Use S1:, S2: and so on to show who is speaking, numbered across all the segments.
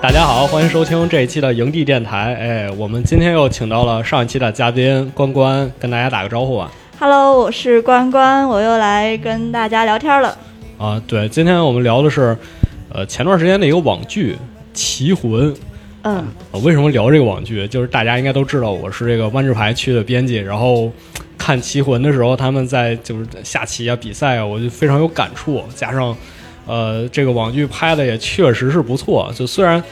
S1: 大家好，欢迎收听这一期的营地电台。哎，我们今天又请到了上一期的嘉宾关关，跟大家打个招呼啊。
S2: Hello，我是关关，我又来跟大家聊天了。
S1: 啊，对，今天我们聊的是，呃，前段时间的一个网剧《棋魂》。
S2: 嗯，
S1: 呃为什么聊这个网剧？就是大家应该都知道，我是这个万智牌区的编辑，然后看《棋魂》的时候，他们在就是下棋啊、比赛啊，我就非常有感触。加上，呃，这个网剧拍的也确实是不错。就虽然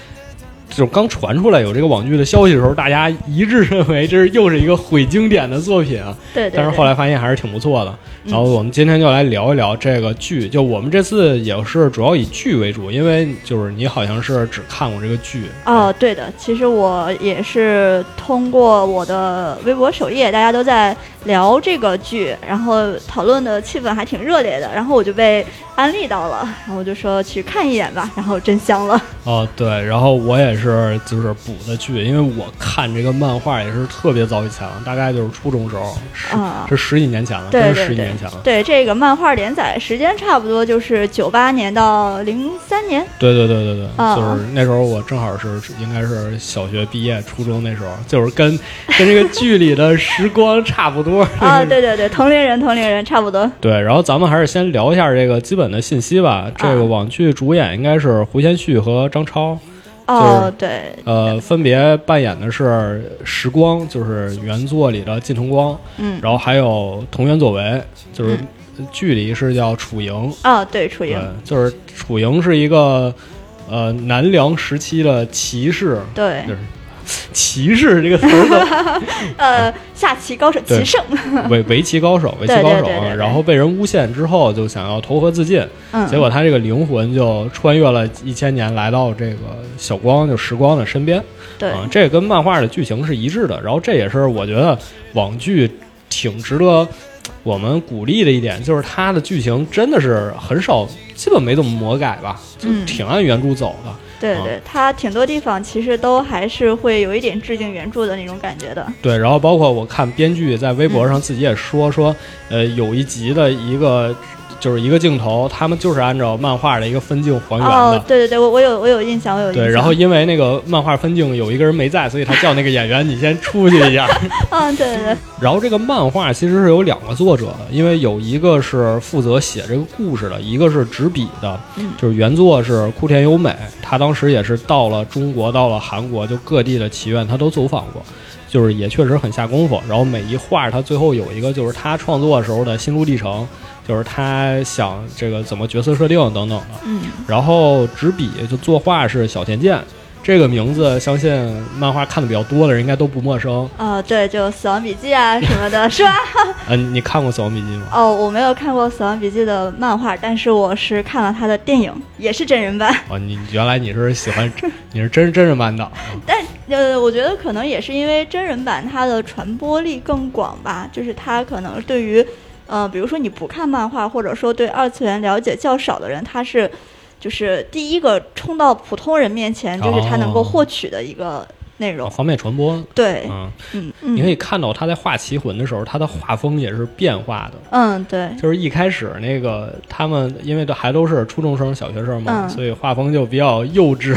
S1: 就刚传出来有这个网剧的消息的时候，大家一致认为这是又是一个毁经典的作品啊，
S2: 对对嗯对。
S1: 但是后来发现还是挺不错的。然后我们今天就来聊一聊这个剧，就我们这次也是主要以剧为主，因为就是你好像是只看过这个剧
S2: 哦，对的，其实我也是通过我的微博首页，大家都在聊这个剧，然后讨论的气氛还挺热烈的，然后我就被安利到了，然后我就说去看一眼吧，然后真香了。
S1: 哦，对，然后我也是就是补的剧，因为我看这个漫画也是特别早以前了，大概就是初中时候，十、
S2: 啊
S1: 是十几年前了，
S2: 对
S1: 真是十
S2: 对
S1: 几
S2: 对
S1: 年前了。
S2: 对，这个漫画连载时间差不多就是九八年到零三年。
S1: 对对对对对，
S2: 啊
S1: 就是那时候我正好是应该是小学毕业、初中那时候，就是跟跟这个剧里的时光差不 多。
S2: 啊，对对对，同龄人，同龄人，差不多。
S1: 对，然后咱们还是先聊一下这个基本的信息
S2: 嗯
S1: 吧。这个网剧主演应该是胡先煦和张超，
S2: 哦，对，
S1: 呃，分别扮演的是时光，就是原作里的靳同光，
S2: 嗯，
S1: 然后还有同源佐为，就是剧里是叫楚莹，
S2: 哦，对，楚莹
S1: 对，，就是楚莹是一个呃南梁时期的骑士，
S2: 对
S1: 就，是骑士这个词儿 都
S2: 呃，下棋高手
S1: 对
S2: 棋圣，
S1: 围围棋高手，围棋
S2: 对对
S1: 高手
S2: 对对
S1: 啊，
S2: 对
S1: 然后被人诬陷之后，就想要投河自尽，
S2: 嗯，
S1: 结果他这个灵魂就穿越了一千年，来到这个小光，就时光的身边。
S2: 对，
S1: 啊，这跟漫画的剧情是一致的。然后这也是我觉得网剧挺值得我们鼓励的一点，就是它的剧情真的是很少，基本没怎么魔改吧，就
S2: 嗯
S1: 挺按原著走的。
S2: 对
S1: 啊
S2: 对，它挺多地方其实都还是会有一点致敬原著的那种感觉的。
S1: 对，然后包括我看编剧在微
S2: 嗯
S1: 博上自己也说、说，呃，有一集的一个就是一个镜头，他们就是按照漫画的一个分镜还原的。
S2: 哦，对对对，我我有我有印象，我有印
S1: 对，
S2: 象。
S1: 然后因为那个漫画分镜有一个人没在，所以他叫那个演员你先出去一下。
S2: 嗯，对对对，
S1: 然后这个漫画其实是有两个作者的，因为有一个是负责写这个故事的，一个是执笔的
S2: 嗯，
S1: 就是原作是库田优美，他当时也是到了中国，到了韩国，就各地的祈愿他都走访过。就是也确实很下功夫，然后每一画他最后有一个就是他创作时候的心路历程，就是他想这个怎么角色设定等等的。
S2: 嗯，
S1: 然后执笔就作画是小田健，这个名字相信漫画看的比较多的人应该都不陌生。
S2: 哦，对，就《死亡笔记》啊什么的，是 吧？
S1: 嗯、你看过《死亡笔记》吗？
S2: 哦，我没有看过《死亡笔记》的漫画，但是我是看了他的电影，也是真人版。
S1: 啊，你原来你是喜欢，你是真真人版 的，
S2: 但呃，我觉得可能也是因为真人版它的传播力更广吧，就是它可能对于呃，比如说你不看漫画，或者说对二次元了解较少的人，他是就是第一个冲到普通人面前，就是他能够
S1: 哦
S2: 获取的一个内容。
S1: 方哦便传播。
S2: 对，
S1: 嗯，
S2: 嗯
S1: 你可
S2: 嗯
S1: 以看到他在画《棋魂》的时候，他的画风也是变化的。
S2: 嗯，对，
S1: 就是一开始那个他们，因为都还都是初中生、小学生嘛，
S2: 嗯
S1: 所以画风就比较幼稚。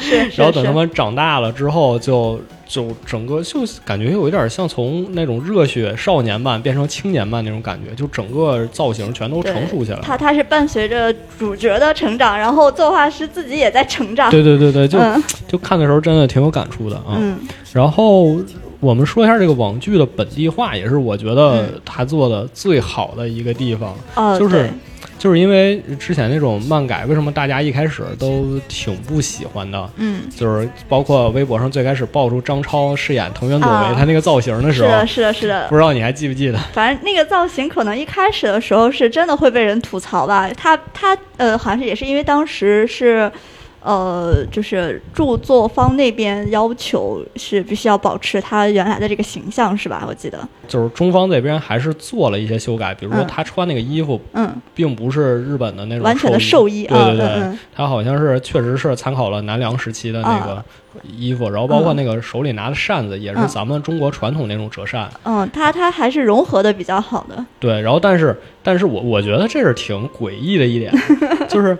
S2: 是 是
S1: 然后等他
S2: 是，
S1: 们长大了之后就，就整个就感觉有一点像从那种热血少年漫变成青年漫那种感觉，就整个造型全都
S2: 对
S1: 成熟起来
S2: 它
S1: 了。
S2: 它是伴随着主角的成长，然后作画师自己也在成长。
S1: 对对对对，就、
S2: 嗯
S1: 就看的时候真的挺有感触的啊。
S2: 嗯
S1: 然后我们说一下这个网剧的本地化，也是我觉得
S2: 嗯
S1: 他做的最好的一个地方。
S2: 哦，
S1: 就是
S2: 对
S1: 就是因为之前那种漫改，为什么大家一开始都挺不喜欢的？
S2: 嗯，
S1: 就是包括微博上最开始爆出张超饰演藤原佐为
S2: 啊
S1: 他那个造型的
S2: 是
S1: 时候，啊
S2: 的，是的，啊是的。
S1: 不知道你还记不记得？
S2: 反正那个造型可能一开始的时候是真的会被人吐槽吧，他他呃好像是也是因为当时是，呃就是著作方那边要求是必须要保持他原来的这个形象是吧？我记得，
S1: 就是中方这边还是做了一些修改，比如说
S2: 嗯
S1: 他穿那个衣服
S2: 嗯，
S1: 并不是日本的那种
S2: 完全的
S1: 寿
S2: 寿衣
S1: 对
S2: 啊
S1: 对对，
S2: 嗯嗯
S1: 他好像是确实是参考了南梁时期的那个衣服，然后包括那个手里拿的扇子也是
S2: 啊嗯
S1: 咱们中国传统那种折扇，
S2: 嗯，他他还是融合的比较好的，
S1: 对，然后 但是但是我我觉得这是挺诡异的一点，就是。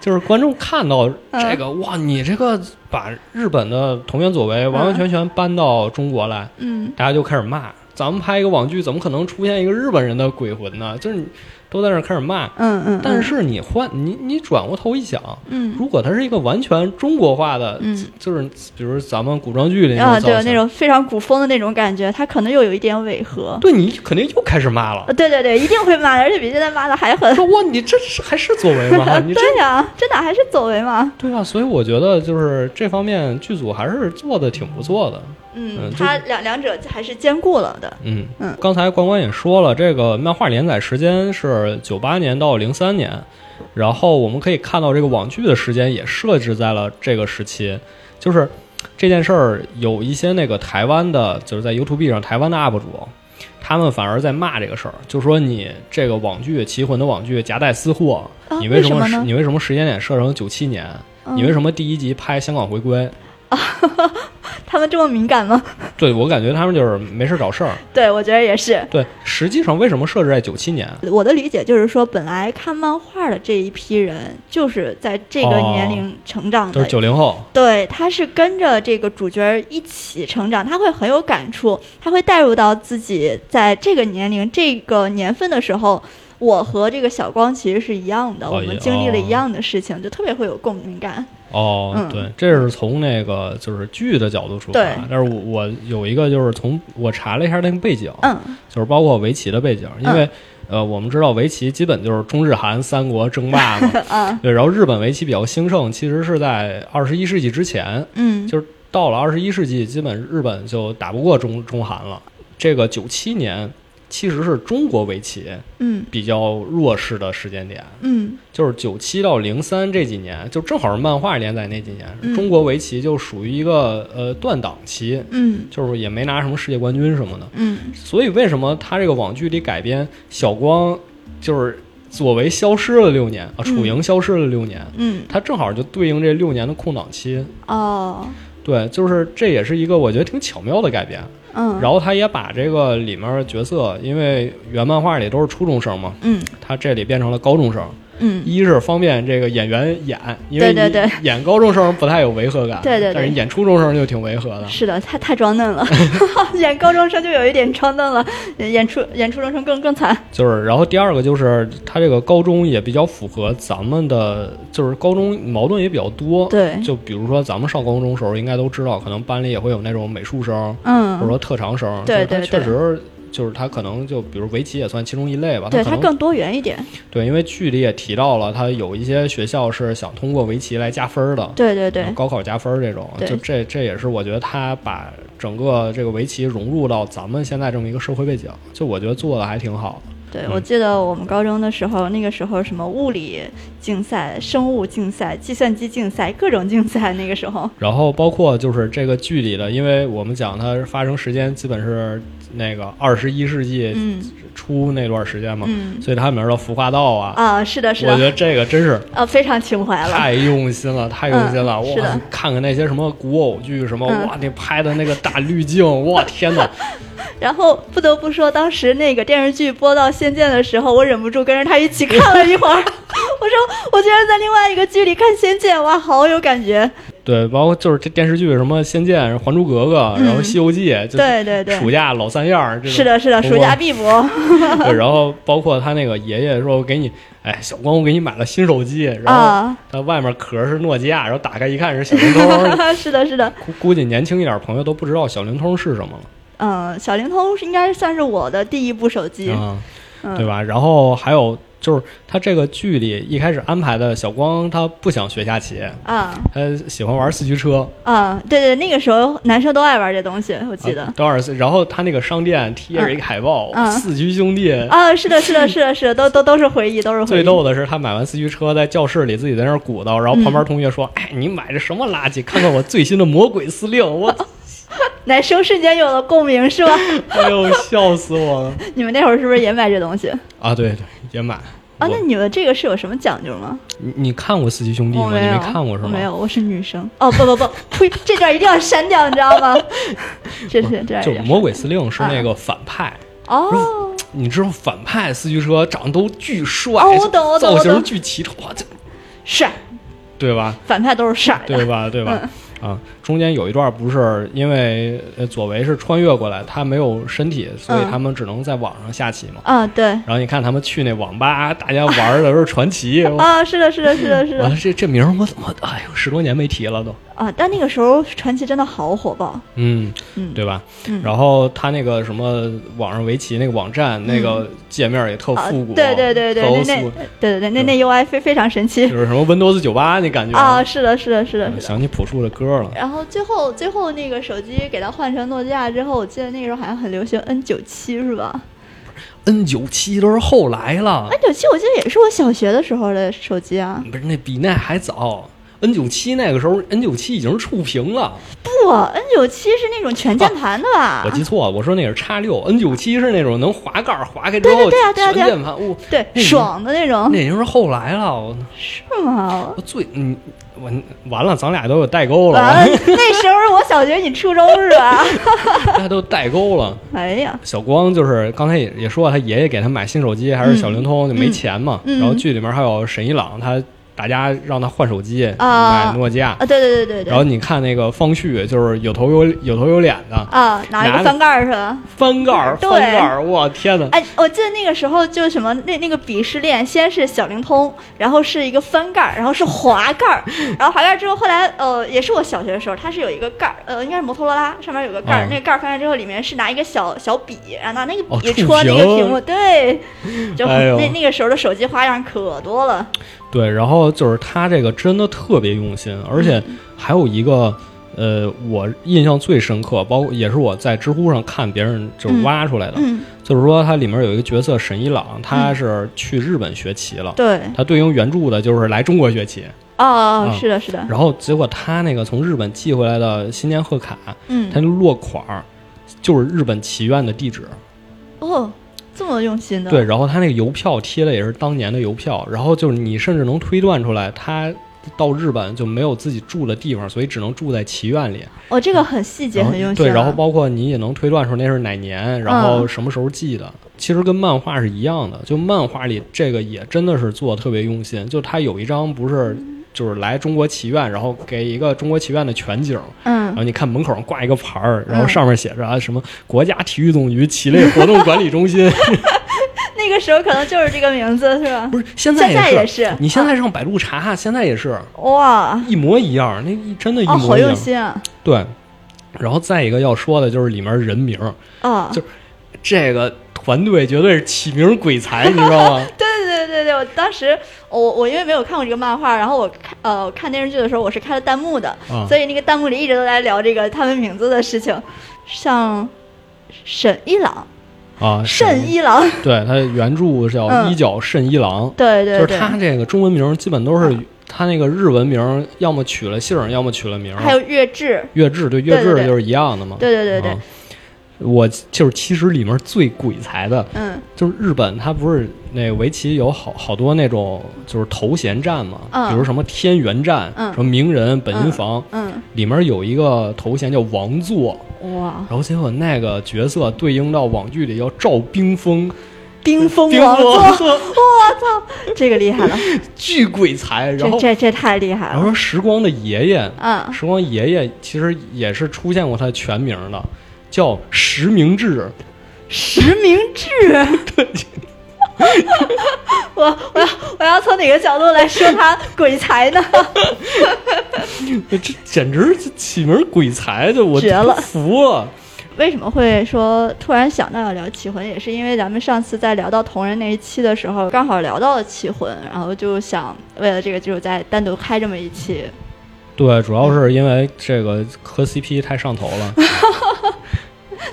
S1: 就是观众看到这
S2: 嗯
S1: 个，哇，你这个把日本的藤原佐为完完全全搬到中国来，
S2: 嗯，
S1: 大家就开始骂，咱们拍一个网剧，怎么可能出现一个日本人的鬼魂呢？就是你都在那儿开始骂。
S2: 嗯嗯，
S1: 但是你换你你转过头一想，
S2: 嗯，
S1: 如果它是一个完全中国化的，
S2: 嗯
S1: 就是比如咱们古装剧里
S2: 嗯，
S1: 那种
S2: 啊，
S1: 造
S2: 对，
S1: 型，
S2: 那种非常古风的那种感觉，它可能又有一点违和。
S1: 对你肯定又开始骂了
S2: 呃，，对对对，一定会骂的，而且比现在骂的还 狠。
S1: 说哇，你这是还是作为吗？你这
S2: 对呀、这哪还是左为嘛？
S1: 对啊，所以我觉得就是这方面剧组还是做的挺不错的。
S2: 嗯
S1: 嗯，就
S2: 它两两者还是兼顾了的。
S1: 嗯
S2: 嗯
S1: 刚才关关也说了，这个漫画连载时间是九八年到零三年，然后我们可以看到这个网剧的时间也设置在了这个时期，就是这件事儿有一些那个台湾的，就是在 YouTube 上台湾的 UP 主。他们反而在骂这个事儿，就说你这个网剧《棋魂》的网剧夹带私货，
S2: 啊
S1: 你
S2: 为
S1: 什么
S2: 什么
S1: 时
S2: 呢嗯
S1: 你为什么时间点设成九七年？你为
S2: 么
S1: 什么第一集拍香港回归？
S2: 他们这么敏感吗？
S1: 对我感觉他们就是没事找事儿。
S2: 对，我觉得也是。
S1: 对，实际上为什么设置在九七年？
S2: 我的理解就是说，本来看漫画的这一批人，就是在这个
S1: 哦
S2: 年龄成长
S1: 就
S2: 的，
S1: 是九零后，
S2: 对，他是跟着这个主角儿一起成长，他会很有感触，他会带入到自己在这个年龄、这个年份的时候，我和这个小光其实是一样的，
S1: 哦
S2: 我
S1: 也
S2: 们经历了
S1: 哦
S2: 一样的事情，就特别会有共鸣感。
S1: 哦，
S2: 嗯
S1: 对，这是从那个就是剧的角度出发
S2: 对。
S1: 但是我我有一个就是从我查了一下那个背景，
S2: 嗯，
S1: 就是包括围棋的背景，因为、呃我们知道围棋基本就是中日韩三国争霸嘛
S2: 啊
S1: 对，然后日本围棋比较兴盛，其实是在二十一世纪之前，
S2: 嗯
S1: 就是到了二十一世纪，基本日本就打不过中中韩了。这个九七年其实是中国围棋
S2: 嗯
S1: 比较弱势的时间点，
S2: 嗯
S1: 就是九七到零三这几年，就正好是漫画连载那几年，
S2: 嗯
S1: 中国围棋就属于一个呃断档期，
S2: 嗯
S1: 就是也没拿什么世界冠军什么的。
S2: 嗯
S1: 所以为什么他这个网剧里改编小光就是左为消失了六年啊，楚莹消失了六年，
S2: 嗯
S1: 他正好就对应这六年的空档期。
S2: 哦
S1: 对，就是这也是一个我觉得挺巧妙的改编。
S2: 嗯，
S1: 然后他也把这个里面的角色，因为原漫画里都是初中生嘛，
S2: 嗯
S1: 他这里变成了高中生。
S2: 嗯
S1: 一是方便这个演员演，因为
S2: 对对对
S1: 你演高中生不太有违和感，
S2: 对对对
S1: 但是演初中生就挺违和的。
S2: 是的，他太装嫩了， 演高中生就有一点装嫩了，演初演初中生更更惨。
S1: 就是，然后第二个就是他这个高中也比较符合咱们的，就是高中矛盾也比较多。
S2: 对，
S1: 哦就比如说咱们上高中时候，应该都知道，可能班里也会有那种美术生或者
S2: 嗯，
S1: 说特长生，
S2: 对
S1: 就是他
S2: 对
S1: 确
S2: 对
S1: 实。就是他可能就比如围棋也算其中一类吧，
S2: 对
S1: 可
S2: 他
S1: 能
S2: 更多元一点。
S1: 对，因为剧里也提到了，他有一些学校是想通过围棋来加分儿的，
S2: 对对对，
S1: 高考加分儿这种，
S2: 对
S1: 就这这也是我觉得他把整个这个围棋融入到咱们现在这么一个社会背景，就我觉得做的还挺好。
S2: 对，
S1: 嗯
S2: 我记得我们高中的时候，那个时候什么物理竞赛、生物竞赛、计算机竞赛，各种竞赛。那个时候，
S1: 然后包括就是这个剧里的，因为我们讲它发生时间基本是那个二十一世纪
S2: 嗯
S1: 初那段时间嘛，
S2: 嗯
S1: 所以它里面的服化道啊，
S2: 啊，是的，是
S1: 我觉
S2: 的，
S1: 得这个真是
S2: 啊，非常情怀了。
S1: 太用心了，太用心了！
S2: 嗯是
S1: 哇
S2: 的，
S1: 看看那些什么古偶剧什么，
S2: 嗯
S1: 哇，那拍的那个大滤镜，哇，天哪！
S2: 然后不得不说，当时那个电视剧播到《仙剑》的时候，我忍不住跟着他一起看了一 会儿。我说，我居然在另外一个剧里看《仙剑》，哇，好有感觉。
S1: 对，包括就是这电视剧什么《仙剑》《还珠格格》，然后《
S2: 嗯
S1: 西游记》就
S2: 对对对，
S1: 暑假老三样儿，这种
S2: 是的，是的，
S1: 风
S2: 暑假
S1: 光
S2: 必播。
S1: 对，然后包括他那个爷爷说：“我给你，哎，小光，我给你买了新手机。”然后
S2: 啊，
S1: 他外面壳是诺基亚，然后打开一看是小灵通。
S2: 是的，是的。
S1: 估估计年轻一点朋友都不知道小灵通是什么了，
S2: 嗯，小灵通是应该算是我的第一部手机。
S1: 啊、
S2: 嗯，
S1: 对吧？然后还有就是他这个剧里一开始安排的小光，他不想学下棋，
S2: 啊
S1: 他喜欢玩四驱车，
S2: 啊，对对，那个时候男生都爱玩这东西，我记得
S1: 啊。多少岁？然后他那个商店贴着一个海报，
S2: 嗯嗯
S1: 四驱兄弟。
S2: 啊，是的，是的，是的，是的，都都都是回忆，都是回忆。
S1: 最逗的是，他买完四驱车，在教室里自己在那儿鼓捣，然后旁边同学说：“
S2: 嗯
S1: 哎，你买的什么垃圾？看看我最新的魔鬼司令！”我，
S2: 男生瞬间有了共鸣，是吧？
S1: 哎呦，笑死我了！
S2: 你们那会儿是不是也买这东西？
S1: 啊，对对，也买。
S2: 啊，那
S1: 我
S2: 你们这个是有什么讲究吗？
S1: 你你看过四驱兄弟
S2: 我
S1: 吗？你
S2: 有，
S1: 没看过是吗？
S2: 我哦没。有，我是女生。哦，不不不，呸， 这段一定要删掉，你知道 吗？这是这段一
S1: 就
S2: 定要
S1: 魔鬼司令是
S2: 啊
S1: 那个反派，
S2: 哦，
S1: 你知道反派四驱车长得都巨帅，
S2: 哦我懂我
S1: 造
S2: 懂我
S1: 型
S2: 懂
S1: 巨奇特，哇，这
S2: 帅
S1: 对吧？
S2: 反派都是傻的，
S1: 对 吧？对吧？
S2: 嗯
S1: 啊，中间有一段不是因为呃佐为是穿越过来，他没有身体，所以
S2: 嗯
S1: 他们只能在网上下棋嘛。
S2: 啊，对，
S1: 然后你看他们去那网吧，大家玩儿的都是传 奇。我
S2: 啊，是的，是的，是的，是
S1: 完
S2: 的
S1: 了，这这名儿我我哎呦，十多年没提了都，
S2: 啊！但那个时候传奇真的好火爆，
S1: 嗯，
S2: 嗯，
S1: 对吧？
S2: 嗯
S1: 然后他那个什么网上围棋那个网站那个界面也特
S2: 嗯啊，
S1: 哦复古，
S2: 对对对对，
S1: 特
S2: 那
S1: 欧
S2: 那
S1: 苏，
S2: 对对对，那那 UI 非非常神奇
S1: 啊就是什嗯么 Windows 九八那感觉哎
S2: 啊！，是的，是的，是的，是的。
S1: 想起朴树的歌了。
S2: 然后最后最后那个手机给它换成诺基亚之后，我记得那个时候好像很流行 N 九七是吧
S1: N 九七都是后来了，
S2: ？N 九七我记得也是我小学的时候的手机啊，
S1: 不是那比那还早。N 九七那个时候，N 九七已经是触屏了。
S2: 不，N 九七是那种全键盘的吧？
S1: 哦我记错了，我说那是叉六，N 九七是那种能滑盖儿滑开之
S2: 对
S1: 后
S2: 对对啊对啊对
S1: 全
S2: 啊
S1: 键盘，我
S2: 对，
S1: 那
S2: 爽的那种
S1: 那，已经是后来了。我
S2: 是吗
S1: 我？最嗯，我完了，咱俩都有代沟了，
S2: 完了，那时候是我小学，你初中是吧？
S1: 大家都代沟了。
S2: 哎呀，
S1: 小光就是刚才也也说了，他爷爷给他买新手机还是小灵通，就没钱嘛。
S2: 嗯
S1: 然后剧里面还有沈一郎，他大家让他换手机，
S2: 啊
S1: 买诺基亚。
S2: 啊，对对对对
S1: 然后
S2: 对，
S1: 你看那个方旭，就是有头有有头有脸的，
S2: 啊，拿一
S1: 拿
S2: 个翻盖儿是吧？
S1: 翻盖儿
S2: 对
S1: 翻盖儿，我天 哪！
S2: 哎，我记得那个时候就什么那那个鄙视链，先是小灵通，然后是一个翻盖儿，然后是滑盖儿，然后滑盖儿之后，后来呃也是我小学的时候，它是有一个盖儿，呃应该是摩托罗拉上面有个盖儿，
S1: 嗯
S2: 那个盖儿翻开之后里面是拿一个小小笔，然后拿那个
S1: 哦
S2: 笔
S1: 触
S2: 戳那个
S1: 屏
S2: 屏幕， 对，就很、
S1: 哎呦
S2: 那那个时候的手机花样可多了，
S1: 对，然后就是他这个真的特别用心，而且
S2: 嗯
S1: 还有一个。呃，我印象最深刻，包括也是我在知乎上看别人就是
S2: 嗯
S1: 挖出来的，
S2: 嗯，
S1: 就是说它里面有一个角色沈一郎，他是去日本学棋了，
S2: 对，
S1: 他对应原著的就是来中国学棋，
S2: 哦，
S1: 啊
S2: 是的，是的，
S1: 然后结果他那个从日本寄回来的新年贺卡，
S2: 嗯
S1: 他，就落款儿就是日本棋院的地址，
S2: 哦，这么用心的，
S1: 对，，然后他那个邮票贴的也是当年的邮票，然后就是你甚至能推断出来他。到日本就没有自己住的地方，所以只能住在棋院里。
S2: 哦，这个很细节，
S1: 然后
S2: 很用心
S1: 对，
S2: 啊，嗯
S1: 然后包括你也能推断出那是哪年，然后什么时候寄的。其实跟漫画是一样的，就漫画里这个也真的是做的特别用心。就他有一张不是就是来中国棋院，然后给一个中国棋院的全景，然
S2: 嗯，
S1: 后你看门口上挂一个牌儿，然后
S2: 嗯
S1: 上面写着啊什么国家体育总局棋类活动管理中心，
S2: 那个时候可能就是这个名字是吧？
S1: 不是现
S2: 现在
S1: 也
S2: 也是
S1: 你现在上百度查，现在也是
S2: 哇，
S1: 一模一样，那一真的一
S2: 哦，好
S1: 模一
S2: 用
S1: 样。
S2: 心啊！
S1: 对，然后再一个要说的就是里面人名，
S2: 啊，
S1: 就这个团队绝对是起名鬼 才，你知道吗？
S2: 对对对对对，我当时我我因为没有看过这个漫画，然后我看呃看电视剧的时候我是开了弹幕的，
S1: 啊
S2: 所以那个弹幕里一直都在聊这个他们名字的事情，像沈一郎、
S1: 啊，
S2: 慎一郎，
S1: 对他原著叫
S2: 嗯
S1: 一角慎一郎，
S2: 对对
S1: 就是
S2: 对，
S1: 他这个中文名基本都是他那个日文名，要么取了姓儿，要么取了名儿。
S2: 还有月志，
S1: 月志对月
S2: 对对
S1: 志
S2: 对
S1: 就是一样的嘛。
S2: 对对对对
S1: 啊我就是其实里面最鬼才的，
S2: 嗯
S1: 就是日本，它不是那围棋有好好多那种就是头衔战嘛，
S2: 嗯
S1: 比如什么天元战，
S2: 嗯
S1: 什么名人本因坊，
S2: 嗯，
S1: 里面有一个头衔叫王座，
S2: 哇，
S1: 然后结果那个角色对应到网剧里叫赵冰峰，
S2: 冰封
S1: 冰
S2: 王
S1: 峰
S2: 座， 这个厉害了，
S1: 巨鬼才， 然
S2: 这
S1: 后
S2: 这这太厉害
S1: 然后
S2: 了，
S1: 说时光的爷爷，
S2: 嗯，
S1: 时光爷爷其实也是出现过他的全名的，叫石明志。
S2: 实名 制。 我我要我要从哪个角度来说他鬼才呢？
S1: 这简直是起名鬼才的，我
S2: 绝了
S1: 服了。
S2: 为什么会说突然想到要聊棋魂，也是因为咱们上次在聊到同人那一期的时候，刚好聊到了棋魂，然后就想为了这个就是再单独开这么一期。
S1: 对，主要是因为这个磕 CP 太上头了，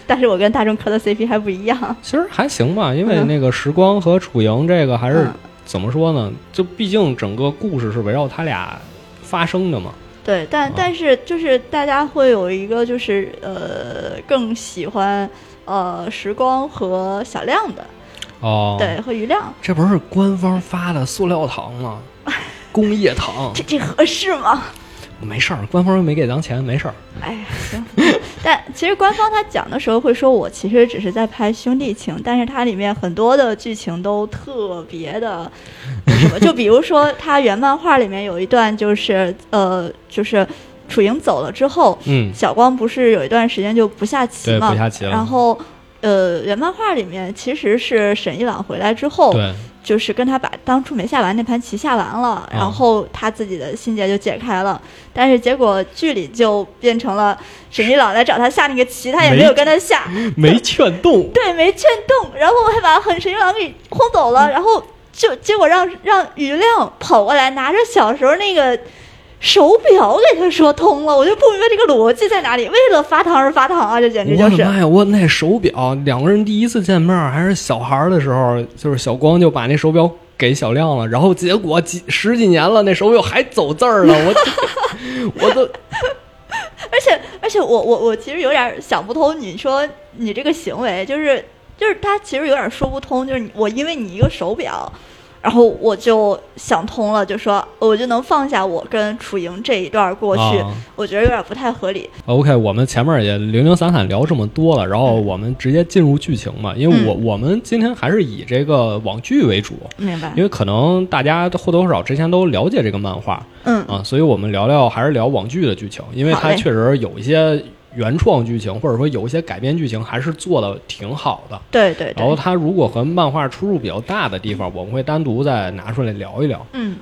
S2: 但是我跟大众磕的 CP 还不一样，
S1: 其实还行吧，因为那个时光和楚莹这个还是、
S2: 嗯
S1: 怎么说呢？就毕竟整个故事是围绕他俩发生的嘛。
S2: 对，但
S1: 啊
S2: 但是就是大家会有一个就是呃更喜欢呃时光和小亮的，
S1: 哦，
S2: 对，，和余亮，
S1: 这不是官方发的塑料糖吗？工业糖
S2: 这这合适吗？
S1: 没事儿，官方又没给咱钱，没事儿。
S2: 哎呀，行。 但其实官方他讲的时候会说，我其实只是在拍兄弟情，但是它里面很多的剧情都特别的什么，就比如说他原漫画里面有一段就是呃就是。楚莹走了之后，
S1: 嗯，
S2: 小光不是有一段时间就不下棋
S1: 对，
S2: 嘛
S1: 不，下棋了。
S2: 然后，呃，原漫画里面其实是沈一朗回来之后，
S1: 对，
S2: 就是跟他把当初没下完那盘棋下完
S1: 哦
S2: 了，然后他自己的心结就解开了。但是结果剧里就变成了沈一朗来找他下那个棋，他也
S1: 没嗯
S2: 没有跟他下，。
S1: 没劝动
S2: 对，没劝动，然后还把很沈一朗给轰走
S1: 嗯
S2: 了，然后就结果让让于亮跑过来拿着小时候那个。手表给他说通了，我就不明白这个逻辑在哪里。为了发糖而发糖啊，这简直就
S1: 我
S2: 是
S1: 的。妈呀！我那手表，两个人第一次见面还是小孩儿的时候，就是小光就把那手表给小亮了，然后结果几十几年了，那手表还走字儿了，我 我 都
S2: 而且而且我我我其实有点想不通，你说你这个行为就是就是他其实有点说不通，就是你我因为你一个手表，然后我就想通了，就说我就能放下我跟楚莹这一段过去，
S1: 啊
S2: 我觉得有点不太合理。
S1: OK，我们前面也零零散散聊这么多了，然后
S2: 嗯
S1: 我们直接进入剧情嘛，因为我、我们今天还是以这个网剧为主，
S2: 明白
S1: 因？为可能大家都或多或少之前都了解这个漫画
S2: 嗯，
S1: 啊，所以我们聊聊还是聊网剧的剧情，因为
S2: 好
S1: 它
S2: 嘞
S1: 确实有一些原创剧情，或者说有一些改编剧情还是做的挺好的。
S2: 对对
S1: 然后
S2: 对，
S1: 它如果和漫画出入比较大的地方，我们会单独再拿出来聊一聊。
S2: 嗯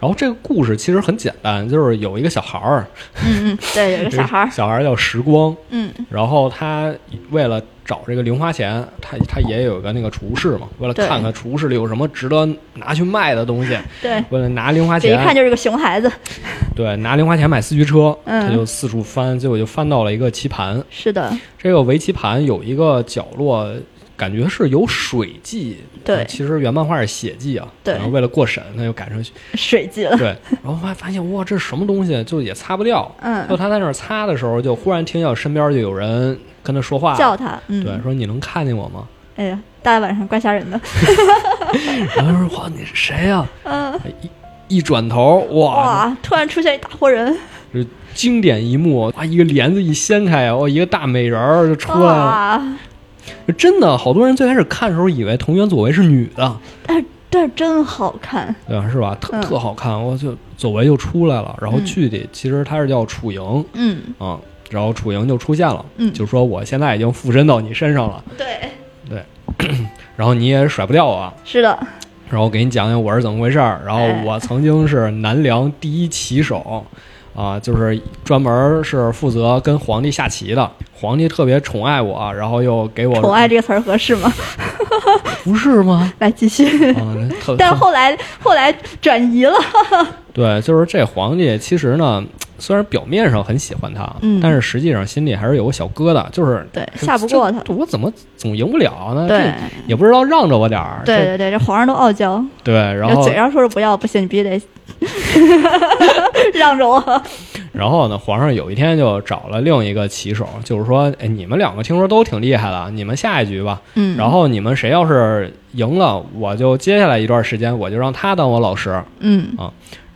S1: 然后这个故事其实很简单，就是有一个小孩儿，
S2: 嗯嗯，对，有个小孩儿，
S1: 小孩儿叫时光，
S2: 嗯
S1: 然后他为了找这个零花钱，他他也有个那个厨师嘛，为了
S2: 对
S1: 看看厨师里有什么值得拿去卖的 东西，
S2: 对，
S1: 为了拿零花
S2: 这一看
S1: 钱，
S2: 就是个熊孩子，
S1: 对，拿零花钱买四驱车，
S2: 嗯
S1: 他就四处翻，结果就翻到了一个棋盘。
S2: 是的，
S1: 这个围棋盘有一个角落，感觉是有水迹，
S2: 对
S1: 其实原漫画是血迹啊，
S2: 对
S1: 然后为了过审，他就改 成
S2: 水记了，
S1: 对，然后发发现哇，这是什么东西，就也擦不掉。就
S2: 嗯，
S1: 他在那儿擦的时候，就忽然听到身边就有人跟他说话，
S2: 叫他，嗯，
S1: 对，说你能看见我吗？
S2: 哎呀，大晚上怪吓人的，
S1: 然后说哇，你是谁呀、
S2: 嗯，
S1: 一一转头，哇，
S2: 哇，突然出现一大活人。
S1: 就是经典一幕，哇，一个帘子一掀开，哇，一个大美人儿就出来了。
S2: 哇！
S1: 就真的，好多人最开始看的时候以为藤原佐为是女的，
S2: 但是但是真好看，
S1: 对吧？是吧？特、
S2: 嗯
S1: 特好看，我就佐为就出来了。然后
S2: 嗯
S1: 剧里其实她是叫楚莹
S2: 嗯
S1: 啊、然后楚莹就出现了，
S2: 嗯
S1: 就说我现在已经附身到你身上了，
S2: 对，
S1: 然后你也甩不掉我啊。
S2: 是的，
S1: 然后我给你讲讲我是怎么回事儿。然后
S2: 哎
S1: 我曾经是南梁第一棋手，啊，就是专门儿是负责跟皇帝下棋的。皇帝特别宠爱我，然后又给我
S2: 宠爱这个词儿合适吗？
S1: 不是吗？
S2: 来继续。
S1: 啊，特
S2: 但
S1: 特
S2: 后来后来转移了，
S1: 对，就是这皇帝其实呢，虽然表面上很喜欢他，
S2: 嗯
S1: 但是实际上心里还是有个小疙瘩，就是
S2: 对，下不过他。
S1: 这我怎么总赢不了呢？
S2: 对
S1: 这也不知道让着我点儿。
S2: 对对对，这皇上都傲娇，
S1: 这对，然后
S2: 嘴上说着不要，不行，你必 须得让着我。
S1: 然后呢，皇上有一天就找了另一个棋手，就是说，哎，你们两个听说都挺厉害的，你们下一局吧。
S2: 嗯，
S1: 然后你们谁要是赢了，我就接下来一段时间我就让他当我老师。
S2: 嗯，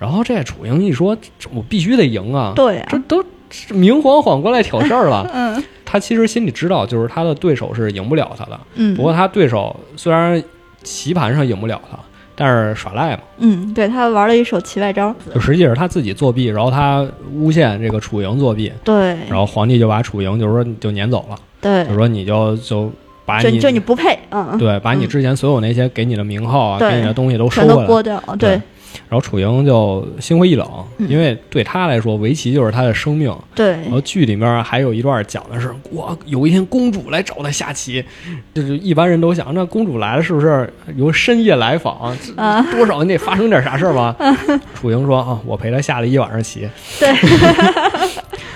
S1: 然后这楚莹一说，这我必须得赢啊，
S2: 对啊
S1: 这，都这明晃晃过来挑事儿了。
S2: 嗯
S1: 他其实心里知道，就是他的对手是赢不了他的。
S2: 嗯，
S1: 不过他对手虽然棋盘上赢不了他，但是耍赖嘛，
S2: 嗯，对他玩了一手棋外招，
S1: 就实际是他自己作弊，然后他诬陷这个楚莹作弊。
S2: 对
S1: 然后皇帝就把楚莹就是说你就撵走了，
S2: 嗯对
S1: 就，说你就就把
S2: 就
S1: 你
S2: 就你不配，嗯，嗯
S1: 对把你之前所有那些给你的名号啊，
S2: 对
S1: 给你的东西都收
S2: 全都
S1: 回来。
S2: 剥掉，
S1: 对
S2: 对
S1: 然后楚莹就心灰意冷，
S2: 嗯
S1: 因为对她来说围棋就是她的生命。
S2: 对
S1: 然，后剧里面还有一段讲的是，哇，有一天公主来找她下棋，就是一般人都想，那公主来了是不是由深夜来访？这
S2: 啊
S1: 多少你得发生点啥事儿吧？楚莹说啊，我陪她下了一晚上棋。
S2: 对，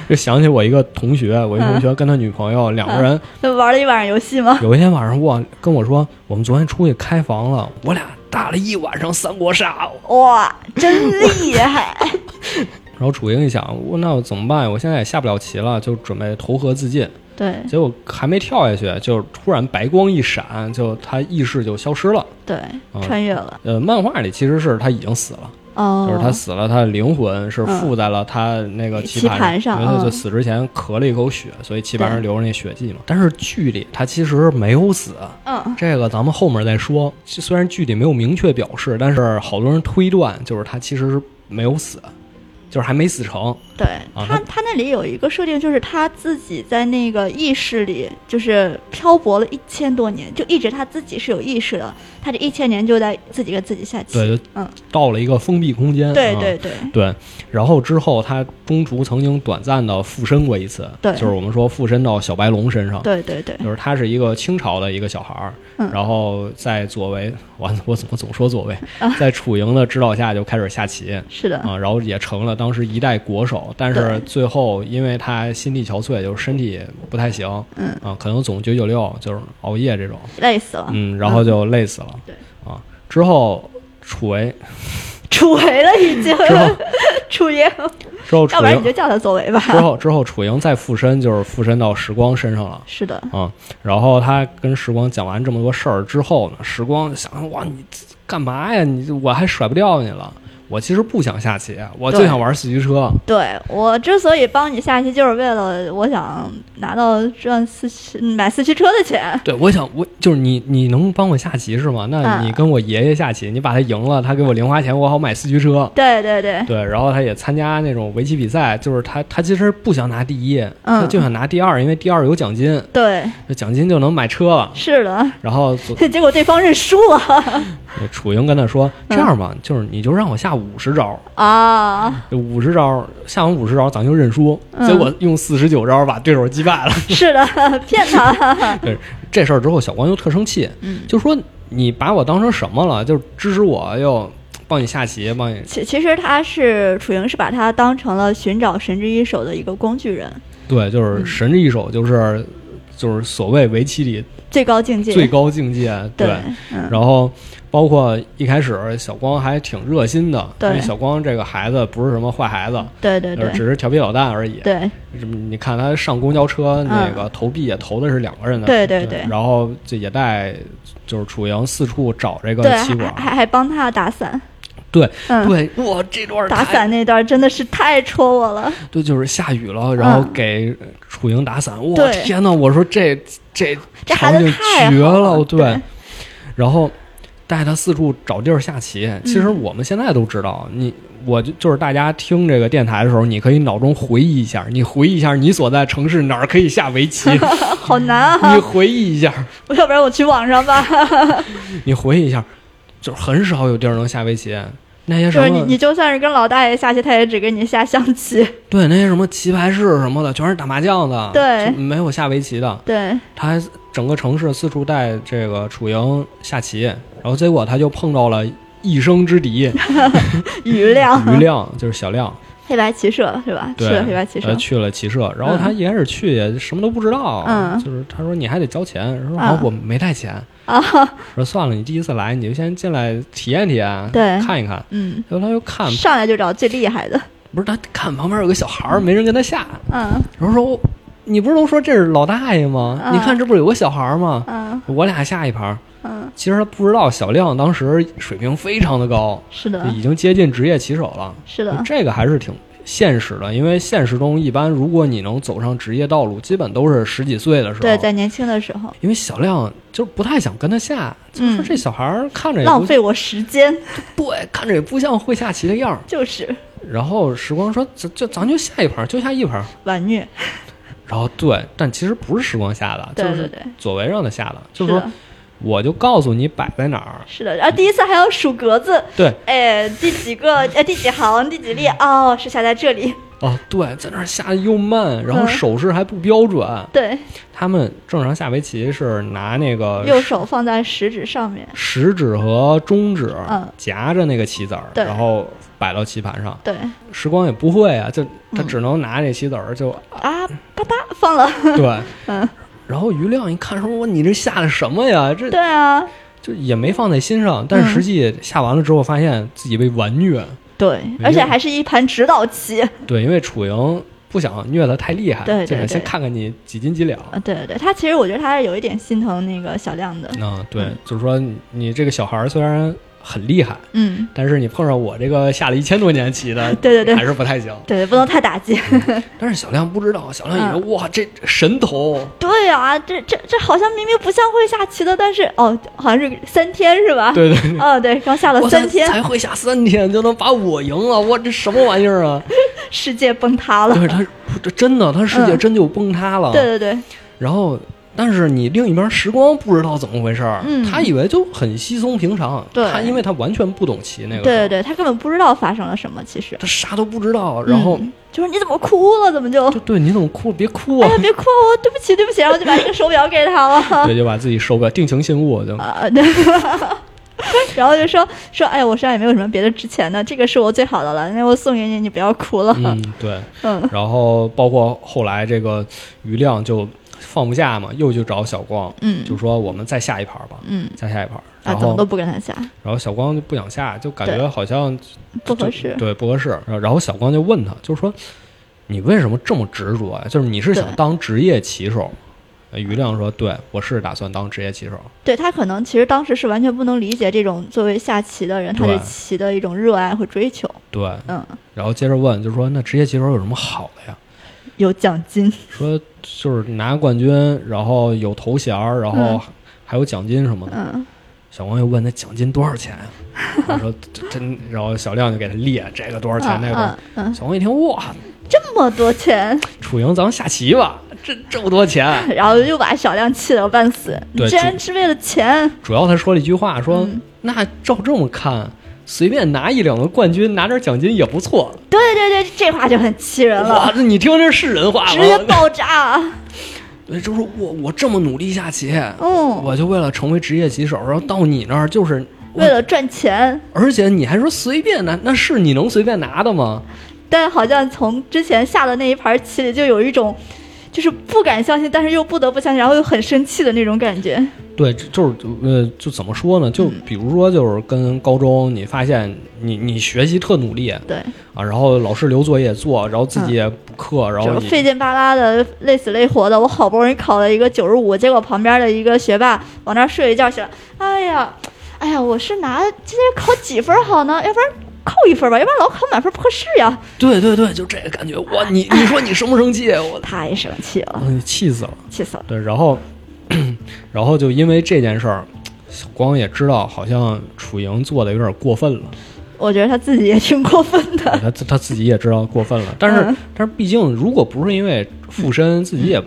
S1: 就想起我一个同学，我一同学跟他女朋友两个人
S2: 那玩了一晚上游戏吗？
S1: 有一天晚上，我跟我说，我们昨天出去开房了，我俩打了一晚上三国杀。
S2: 哇，真厉害！
S1: 然后楚莹一想，我那我怎么办呀？我现在也下不了棋了，就准备投河自尽。
S2: 对
S1: 结果还没跳下去，就突然白光一闪，就他意识就消失了。
S2: 对
S1: 啊，
S2: 穿越了
S1: 呃，漫画里其实是他已经死了，
S2: 哦，
S1: 就是他死了，他的灵魂是
S2: 嗯
S1: 附在了他那个棋
S2: 棋
S1: 盘
S2: 盘上
S1: 因为他
S2: 嗯
S1: 就死之前咳了一口血，所以棋盘上
S2: 对
S1: 留着那血迹嘛。但是剧里他其实没有死，
S2: 嗯
S1: 这个咱们后面再说。虽然剧里没有明确表示，但是好多人推断，就是他其实是没有死，就是还没死成。
S2: 对
S1: 啊
S2: 他
S1: 他
S2: 他那里有一个设定，就是他自己在那个意识里就是漂泊了一千多年，就一直他自己是有意识的，他这一千年就在自己跟自己下棋。
S1: 对，就
S2: 嗯，
S1: 到了一个封闭空间。
S2: 对
S1: 啊
S2: 对对
S1: 对，然后之后他东厨曾经短暂的附身过一次，
S2: 对
S1: 就是我们说附身到小白龙身上，
S2: 对对对，
S1: 就是他是一个清朝的一个小孩儿，
S2: 嗯
S1: 然后在左为，我我我总说左为， 在楚莹的指导下就开始下棋。
S2: 啊是的，
S1: 啊，然后也成了当时一代国手，但是
S2: 对
S1: 最后因为他心力憔悴，就是身体不太行，
S2: 嗯
S1: 啊，可能总九九六就是熬夜这种，
S2: 累死了，
S1: 嗯，然后就累死了，
S2: 对
S1: 啊，之后楚为，
S2: 楚维了已
S1: 之
S2: 经，
S1: 后
S2: 楚爷，
S1: 之后楚
S2: 要不然
S1: 莹
S2: 你就叫他作为 吧。
S1: 之后之后，楚莹再附身就是附身到时光身上了。
S2: 是的，
S1: 啊、然后他跟时光讲完这么多事儿之后呢，时光想哇，你干嘛呀？你我还甩不掉你了。我其实不想下棋，我就
S2: 对
S1: 想玩四驱车。
S2: 对我之所以帮你下棋，就是为了我想拿到赚四驱买四驱车的钱。
S1: 对，我想我就是你，你能帮我下棋是吗？那
S2: 嗯
S1: 你跟我爷爷下棋，你把他赢了，他给我零花钱，我好买四驱车。
S2: 对对对，
S1: 对，然后他也参加那种围棋比赛，就是他他其实不想拿第一，他
S2: 嗯
S1: 就想拿第二，因为第二有奖金，
S2: 对，
S1: 这奖金就能买车了。
S2: 是的。
S1: 然后左
S2: 结果对方认输 了
S1: 那楚莹跟他说：“这
S2: 嗯
S1: 样吧，就是你就让我下五十招，
S2: 啊！
S1: 五十招下完五十招，咱就认输。
S2: 嗯
S1: 结果用四十九招把对手击败 了。
S2: 是的，骗 他。
S1: 对这事儿之后，小光就特生气，
S2: 嗯
S1: 就说你把我当成什么了？就是支持我，又帮你下棋，帮你
S2: 其其实他是楚莹，是把他当成了寻找神之一手的一个工具人，
S1: 对，
S2: 嗯
S1: 就是神之一手，就是就是所谓围棋里
S2: 最高境界。
S1: 最高境界。
S2: 对，
S1: 对，
S2: 嗯，
S1: 然后包括一开始小光还挺热心的，因
S2: 对
S1: 为小光这个孩子不是什么坏孩子，
S2: 对对
S1: 就是
S2: 对
S1: 只是调皮捣蛋而已。
S2: 对
S1: 什么？你看他上公交车那个投币也投的是两个人的，
S2: 嗯对对对
S1: 然后这也带就是楚莹四处找这个
S2: 对，
S1: 棋
S2: 还
S1: 馆，
S2: 还还帮他打伞。
S1: 对
S2: 嗯，
S1: 对，哇，这段儿
S2: 打
S1: 太，
S2: 伞那段真的是太戳我了。
S1: 对，就是下雨了，然后
S2: 嗯
S1: 给楚莹打伞，哇，
S2: 对
S1: 天呐，我说这这
S2: 这孩
S1: 场
S2: 子
S1: 景
S2: 太
S1: 绝
S2: 好
S1: 了，
S2: 对，
S1: 然后带他四处找地儿下棋。
S2: 嗯
S1: 其实我们现在都知道，你我就就是大家听这个电台的时候，你可以脑中回忆一下，你回忆一下你所在城市哪儿可以下围棋，
S2: 好难 啊
S1: 你！回忆一下。
S2: 我 要不然我去网上吧，
S1: 你回忆一下，就是很少有地儿能下围棋。那些
S2: 就
S1: 什
S2: 是你
S1: 么
S2: 你就算是跟老大爷下棋，他也只给你下象棋。
S1: 对那些什么棋牌室什么的，全是打麻将的，
S2: 对
S1: 就没有下围棋的。
S2: 对
S1: 他还整个城市四处带这个楚莹下棋，然后结果他就碰到了一生之敌
S2: 余亮，
S1: 于亮，就是小亮，
S2: 黑白骑射是吧？去
S1: 对
S2: 了，黑白骑射
S1: 呃，去了骑射。然后他一开始去也什么都不知道，
S2: 嗯
S1: 就是他说你还得交钱，说
S2: 嗯
S1: 啊我没带钱，
S2: 啊，
S1: 说算了，你第一次来你就先进来体验体验，
S2: 对
S1: 看一看。
S2: 嗯，
S1: 然后他就看
S2: 上来就找最厉害的，
S1: 不是他看旁边有个小孩儿，没人跟他下，
S2: 嗯
S1: 然后说我：“你不是都说这是老大爷吗？
S2: 啊
S1: 你看这不是有个小孩儿吗？
S2: 嗯
S1: 我俩下一盘儿。
S2: 嗯，
S1: 其实他不知道小亮当时水平非常的高，
S2: 是
S1: 就
S2: 的，
S1: 已经接近职业棋手了。
S2: 是的，
S1: 这个还是挺现实的，因为现实中一般如果你能走上职业道路，基本都是十几岁的时候。
S2: 对，在年轻的时候
S1: 因为小亮就不太想跟他下，就说
S2: 嗯
S1: 这小孩儿看着也
S2: 浪
S1: 不
S2: 费我时间，
S1: 对，看着也不像会下棋的样儿。
S2: 就是
S1: 然后时光说：“咱就咱就下一盘儿，就下一盘。”
S2: 玩虐，
S1: 然后对，但其实不是时光下的，
S2: 对
S1: 就
S2: 对
S1: 是
S2: 对，
S1: 左为让他下的，就是说
S2: 的，
S1: 我就告诉你摆在哪儿。
S2: 是的，然后第一次还要数格子，
S1: 对，
S2: 哎，第几个，哎，第几行，第几列，哦，是下在这里，
S1: 哦，对，在那儿下的又慢，然后
S2: 嗯
S1: 手势还不标准。
S2: 对，
S1: 他们正常下围棋是拿那个
S2: 右手放在食指上面，
S1: 食指和中指
S2: 嗯
S1: 夹着那个棋子儿，
S2: 对
S1: 然后摆到棋盘上。
S2: 对，
S1: 时光也不会啊，就他
S2: 嗯
S1: 只能拿那棋子儿 就、
S2: 啊，啪嗒放了，
S1: 对。
S2: 嗯，
S1: 然后余亮一看说：“我你这下的什么呀？这
S2: 对啊，
S1: 就也没放在心上。”但
S2: 嗯
S1: 是实际下完了之后，发现自己被完虐。
S2: 对，而且还是一盘指导棋，
S1: 对，因为楚莹不想虐得太厉害，
S2: 对对
S1: 就想先
S2: 对
S1: 看看你几斤几两。
S2: 啊，对对对，他其实我觉得他是有一点心疼那个小亮的，
S1: 嗯，对
S2: 嗯，
S1: 就是说你你这个小孩儿虽然很厉害，
S2: 嗯，，
S1: 但是你碰上我这个下了一千多年棋的
S2: 对对对
S1: 还是不太行。
S2: 对，不能太打 击。
S1: 但是小亮不知道，小亮
S2: 嗯
S1: 以为哇这神童，
S2: 对啊，这这这好像明明不像会下棋的，但是哦，好像是三天是吧？，
S1: 对对对。
S2: 哦对，刚下了
S1: 我才
S2: 三天，
S1: 才会下三天就能把我赢了，我这什么玩意儿啊！
S2: 世界崩塌了。
S1: 对他，这真的，他世界
S2: 啊嗯
S1: 真就崩塌了。
S2: 对对对，
S1: 然后，但是你另一边时光不知道怎么回事儿，
S2: 嗯
S1: 他以为就很稀松平常。
S2: 对
S1: 他因为他完全不懂棋那个。
S2: 对对，对，他根本不知道发生了什么，其实。
S1: 他啥都不知道。然后，
S2: 嗯就说你怎么哭了？怎么就？
S1: 就对你怎么哭？别哭
S2: 哎
S1: 啊
S2: 呀，！别哭啊！我对不起，对不起，然后就把这个手表给 他了。
S1: 对，就把自己手表定情信物就。
S2: 啊，对。 然后就说说，哎，我身上也没有什么别的值钱的，这个是我最好的了，那我送给你，你不要哭了。
S1: 嗯，对。
S2: 嗯
S1: 然后包括后来这个余亮就放不下嘛，又去找小光，
S2: 嗯
S1: 就说我们再下一盘吧，
S2: 嗯，
S1: 再下一盘。
S2: 啊，
S1: 然
S2: 怎么
S1: 后
S2: 都，不跟他下，
S1: 然后小光就不想下，就感
S2: 对
S1: 觉好像
S2: 不合
S1: 就
S2: 适。
S1: 对，不合适。然后然后小光就问他，就是说你为什么这么执着啊？就是你是想
S2: 对
S1: 当职业棋手？呃余亮说：“对，我是打算当职业棋手。
S2: 对他可能其实当时是完全不能理解这种作为下棋的人他
S1: 对
S2: 对棋的一种热爱和追求。
S1: 对，
S2: 嗯，
S1: 然后接着问，就说那职业棋手有什么好的呀？
S2: 有奖金，
S1: 说就是拿冠军，然后有头衔儿，然后
S2: 嗯
S1: 还有奖金什么的。
S2: 嗯，
S1: 小光又问那奖金多少钱呀、 我说这这，然后小亮就给他列这个多少钱，那个多少
S2: 嗯嗯，嗯
S1: 小光一听，哇，
S2: 这么多钱，
S1: 楚莹，咱们下棋吧，这这么多钱。啊
S2: 然后又把小亮气得半死，你
S1: 对
S2: 竟然是为了钱，
S1: 主要他说了一句话，说、
S2: 嗯
S1: 那照这么看，随便拿一两个冠军，拿点奖金也不错。
S2: 对对对，这话就很气人
S1: 哇
S2: 了，，
S1: 这你听这是人话
S2: 直
S1: 吗
S2: 接？爆炸，
S1: 对，就是我我这么努力下棋，
S2: 嗯，
S1: 我就为了成为职业棋手，然后到你那儿就是我
S2: 为了赚钱，
S1: 而且你还说随便拿，那是你能随便拿的吗？
S2: 但好像从之前下的那一盘棋里就有一种。就是不敢相信，但是又不得不相信，然后又很生气的那种感觉。
S1: 对，这就是呃，就怎么说呢？就
S2: 嗯
S1: 比如说，就是跟高中，你发现你你学习特努力啊，
S2: 对，
S1: 然后老师留作业做，然后自己也补课，然后
S2: 啊就是
S1: 你
S2: 费劲巴拉的、累死累活的，我好不容易考了一个九十五，结果旁边的一个学霸往那儿睡一觉去了。哎呀，哎呀，我是拿今天考几分好呢？要不然扣一分吧，要不然老考满分不合适呀。
S1: 对对对，就这个感觉。哇，你你说你生不生气？啊我
S2: 太生气了，
S1: 嗯，气死了。
S2: 气死了。
S1: 对，然后然后就因为这件事儿，小光也知道好像楚莹做的有点过分了，
S2: 我觉得他自己也挺过分 的。
S1: 他他自己也知道过分了。但是、
S2: 嗯
S1: 但是，毕竟如果不是因为附身，自己也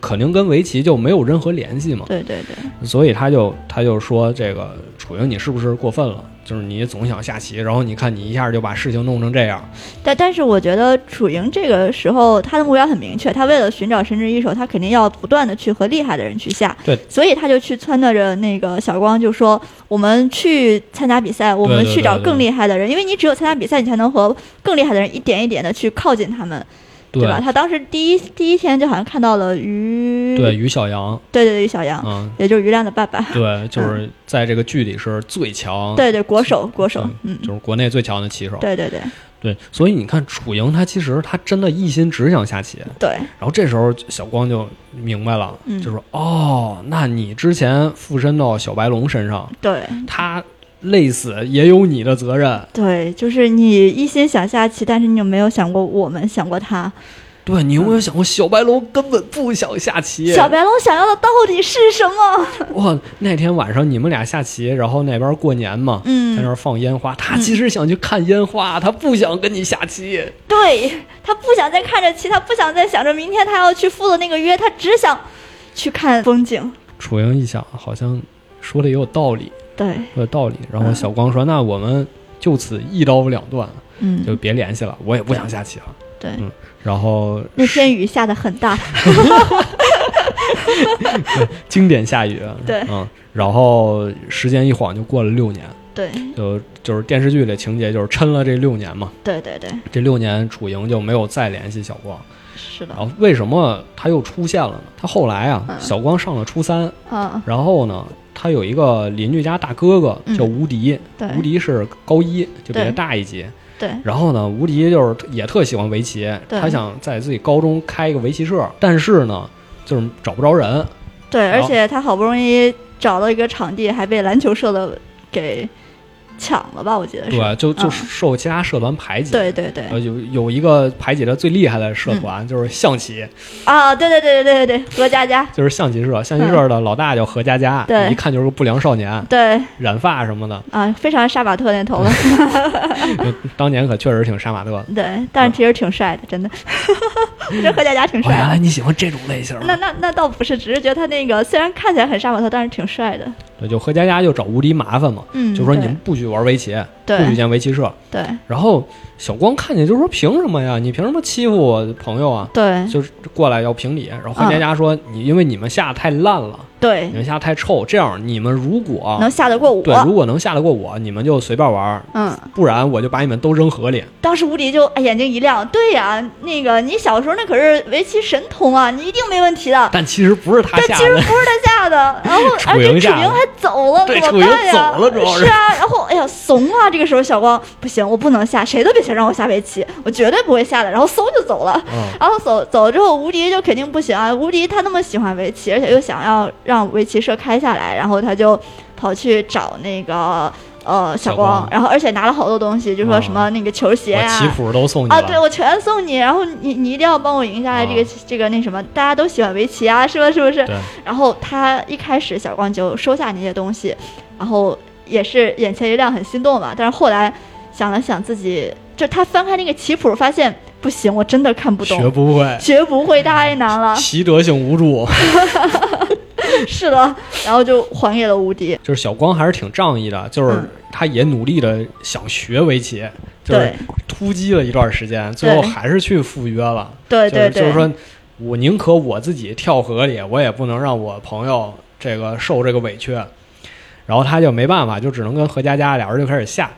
S1: 肯定跟围棋就没有任何联系嘛。
S2: 对对对，
S1: 所以他就他就说这个楚莹，你是不是过分了？就是你总想下棋，然后你看你一下就把事情弄成这样。
S2: 但但是我觉得楚莹这个时候他的目标很明确，他为了寻找神之一手，他肯定要不断的去和厉害的人去下。
S1: 对
S2: 所以他就去撺掇着那个小光，就说我们去参加比赛，我们去找更厉害的人，因为你只有参加比赛，你才能和更厉害的人一点一点的去靠近他们，对吧？他当时第一第一天就好像看到了于
S1: 对，于小杨，
S2: 对对对于小杨，
S1: 嗯，
S2: 也就是于亮的爸爸，
S1: 对，就是在这个剧里是最强，
S2: 对对国手国手
S1: 嗯，
S2: 嗯，
S1: 就是国内最强的棋手。
S2: 对对对
S1: 对，所以你看楚莹，她其实她真的一心只想下棋。
S2: 对
S1: 然后这时候小光就明白了，
S2: 嗯
S1: 就说：“哦，那你之前附身到小白龙身上，
S2: 对
S1: 他累死也有你的责任。
S2: 对，就是你一心想下棋，但是你有没有想过我们想过他？
S1: 对你有没有想过，小白龙根本不想下棋？
S2: 小白龙想要的到底是什么？
S1: 哇，那天晚上你们俩下棋，然后那边过年嘛，在那
S2: 嗯，
S1: 儿放烟花，他其实想去看烟花，他不想跟你下棋。”
S2: 对他不想再看着棋，他不想再想着明天他要去赴的那个约，他只想去看风景。
S1: 楚莹一想，好像说的也有道理，
S2: 对，
S1: 有道理。然后小光说：“那我们就此一刀两断，
S2: 嗯，
S1: 就别联系了，我也不想下棋了。
S2: 对，
S1: 嗯”然后
S2: 那天雨下的很大，
S1: 经典下雨，
S2: 对
S1: 嗯，然后时间一晃就过了六年，
S2: 对，
S1: 就就是电视剧里情节就是抻了这六年嘛，
S2: 对对对，
S1: 这六年楚莹就没有再联系小光。
S2: 是的
S1: 然，后为什么他又出现了呢？他后来啊，
S2: 嗯
S1: 小光上了初三，
S2: 嗯，
S1: 然后呢，他有一个邻居家大哥哥
S2: 嗯
S1: 叫吴迪，
S2: 对
S1: 吴迪是高一，就比他
S2: 对
S1: 大一级。
S2: 对，
S1: 然后呢，吴迪就是也特喜欢围棋，
S2: 对
S1: 他想在自己高中开一个围棋社，但是呢，就是找不着人。
S2: 对，而
S1: 好
S2: 且他好不容易找到一个场地，还被篮球社的给抢了吧？我记得是。
S1: 对，就就
S2: 嗯
S1: 受其他社团排挤。
S2: 对对对
S1: 呃，有有一个排挤的最厉害的社团、
S2: 嗯
S1: 就是象棋，
S2: 啊，对对对对对对对，何佳佳，
S1: 就是象棋社，象棋社的老大叫何佳佳，
S2: 对
S1: 一看就是个不良少年，
S2: 对
S1: 染发什 么的，
S2: 啊，非常杀马特那头了，
S1: 当年可确实挺杀马特的。
S2: 对，但是其实挺帅的，真的， 我觉得何佳佳挺
S1: 哦，
S2: 帅
S1: 原
S2: 的。
S1: 来你喜欢这种类型
S2: 啊那
S1: 的，
S2: 那那倒不是，只是觉得他那个虽然看起来很杀马特，但是挺帅的。
S1: 对，就何佳佳就找吴迪麻烦嘛，
S2: 嗯，
S1: 就说你
S2: 对
S1: 们不许玩围棋，不许
S2: 对
S1: 建围棋社。
S2: 对
S1: 然后小光看见就说：“凭什么呀？你凭什么欺负我朋友啊？”
S2: 对
S1: 就是过来要评理。然后何佳佳说：“你因为你们下的太烂了，你
S2: 对，
S1: 们下得太臭，这样你们如果
S2: 嗯能下得过
S1: 对如
S2: 我。
S1: 果能下得过我，你们就随便玩，
S2: 嗯，
S1: 不然我就把你们都扔河里。
S2: 当时吴迪就哎眼睛一亮，对呀、那个你小时候那可是围棋神童啊，你一定没问题的”。
S1: 但其实不是他
S2: 但
S1: 下
S2: 其实
S1: 的
S2: 不，是他下 的，然后
S1: 楚
S2: 而且
S1: 莹
S2: 楚
S1: 下的
S2: 莹还走了，
S1: 对
S2: 怎
S1: 楚
S2: 么
S1: 莹
S2: 办呀？
S1: 走了主要是
S2: 是啊，然后哎呀怂啊！这个时候小光不行，我不能下，谁都别想让我下围棋，我绝对不会下的。然后嗖就走了。
S1: 嗯，
S2: 然后走走了之后，吴迪就肯定不行啊！吴迪他那么喜欢围棋，而且又想要让围棋社开下来，然后他就跑去找那个呃小
S1: 小光
S2: 然后而且拿了好多东西，就说
S1: 啊
S2: 什么那个球鞋
S1: 我
S2: 呀、
S1: 棋谱都送你
S2: 啊，对，
S1: 了。
S2: 我全送你，然后你你一定要帮我赢下来这个、
S1: 啊
S2: 这个那什么，大家都喜欢围棋啊，是吧？是不是？
S1: 对，
S2: 然后他一开始小光就收下那些东西，然后也是眼前一亮，很心动嘛。但是后来想了想，自己就他翻开那个棋谱，发现不行，我真的看不
S1: 学
S2: 懂，啊
S1: 不会，。
S2: 学不会太难了
S1: 习得性无助。
S2: 是的，然后就还给了无敌。
S1: 就是小光还是挺仗义的，就是
S2: 嗯
S1: 他也努力的想学围棋，就是
S2: 对
S1: 突击了一段时间，最后
S2: 对
S1: 还是去赴约了。
S2: 对对
S1: 就是就是
S2: 对，
S1: 说我宁可我自己跳河里，我也不能让我朋友这个受这个委屈。然后他就没办法，就只能跟何佳佳俩人就开始下，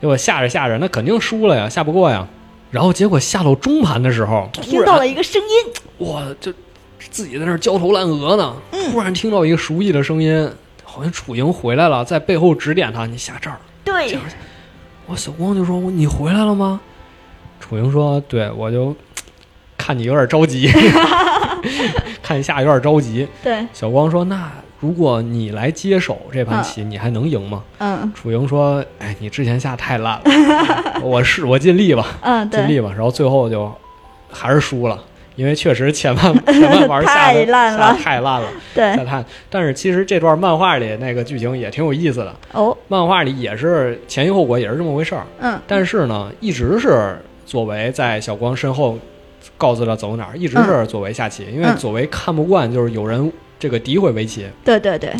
S1: 结果下着下着，那肯定输了呀，下不过呀。然后结果下到中盘的时候，突
S2: 听到
S1: 然
S2: 了一个声音，
S1: 哇，就自己在那儿焦头烂额呢，突然听到一个熟悉的声音，好像楚莹回来了，在背后指点他，你下这儿。
S2: 对
S1: 我小光就说：“我你回来了吗？”楚莹说：“对，我就看你有点着急，看一下有点着急。
S2: 对”，
S1: 小光说：“那如果你来接手这盘棋，你还能赢吗
S2: 嗯？”
S1: 楚莹说：“哎，你之前下太烂了，我是我尽力吧，
S2: 嗯
S1: 尽
S2: 对，
S1: 力吧。”然后最后就还是输了，因为确实前半前半 玩下的
S2: 太烂了
S1: 下得太烂了，
S2: 对
S1: 下太。但是其实这段漫画里那个剧情也挺有意思的，
S2: 哦，
S1: 漫画里也是前因后果也是这么回事儿。
S2: 嗯
S1: 但是呢，一直是作为在小光身后告诉他走哪儿，一直是作为下棋，因为
S2: 嗯
S1: 作为看不惯就是有人这个诋毁围棋，
S2: 对对对，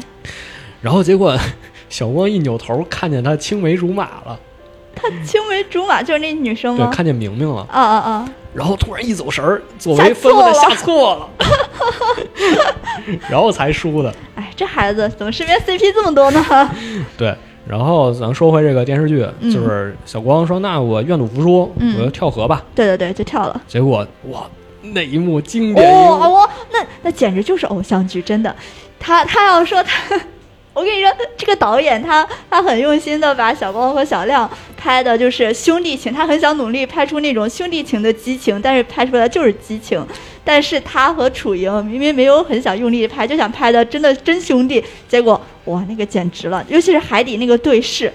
S1: 然后结果 小光一扭头看见他青梅竹马了，
S2: 他青梅竹马就是那女生
S1: 对
S2: 吗，？
S1: 看见明明了，
S2: 啊啊啊！
S1: 然后突然一走神儿，作为纷纷的
S2: 下
S1: 下错 了，然后才输的，
S2: 哎，这孩子怎么身边 CP 这么多呢？
S1: 对。然后咱们说回这个电视剧，
S2: 嗯
S1: 就是小光说：“那我愿赌服输，
S2: 嗯
S1: 我就跳河吧。
S2: 对对对，就跳了。
S1: 结果哇，那一幕经典一幕，
S2: 哦，我、那那简直就是偶像剧，真的。他他要说他，我跟你说，这个导演他他很用心的把小光和小亮拍的就是兄弟情，他很想努力拍出那种兄弟情的激情，但是拍出来就是激情。但是他和楚莹明明没有很想用力拍，就想拍的真的真兄弟，结果哇，那个简直了，尤其是海底那个对视，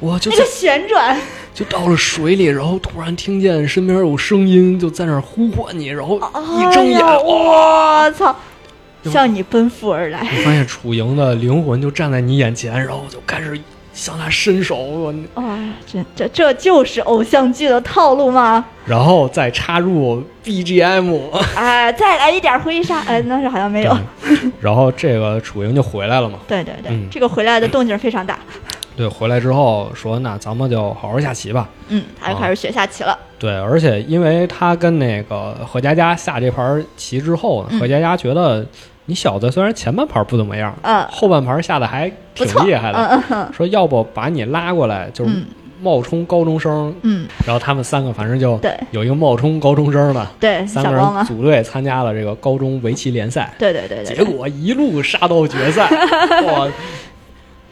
S1: 哇，就
S2: 那
S1: 在
S2: 个旋转，
S1: 就到了水里，然后突然听见身边有声音，就在那儿呼唤你，然后 一睁眼，
S2: 哎呀
S1: 哇！
S2: 我操，向你奔赴而来。
S1: 我发现楚莹的灵魂就站在你眼前，然后我就开始向她伸手，我
S2: 哇，这啊这这就是偶像剧的套路 吗？
S1: 然后再插入 BGM，
S2: 哎，再来一点回忆杀，哎，那是好像没有。
S1: 然后这个楚莹就回来了嘛。
S2: 对对对，
S1: 嗯
S2: 这个回来的动静非常大。
S1: 对，回来之后说，那咱们就好好下棋吧。
S2: 嗯，他又开始学下棋了。
S1: 对，而且因为他跟那个何佳佳下这盘棋之后呢，
S2: 嗯
S1: 何佳佳觉得你小子虽然前半盘不怎么样，
S2: 嗯，
S1: 后半盘下的还
S2: 不
S1: 挺
S2: 错。
S1: 厉害的。
S2: 嗯嗯
S1: 说要不把你拉过来，就是
S2: 嗯
S1: 冒充高中生，
S2: 嗯，
S1: 然后他们三个反正就
S2: 对
S1: 有一个冒充高中生的，
S2: 对，
S1: 三
S2: 小啊
S1: 个
S2: 光
S1: 人
S2: 嘛，
S1: 组队参加了这个高中围棋联赛，
S2: 对对对对。
S1: 结果一路杀到决赛，哇！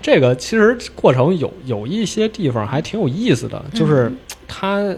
S1: 这个其实过程有有一些地方还挺有意思
S2: 嗯
S1: 的，就是他、呃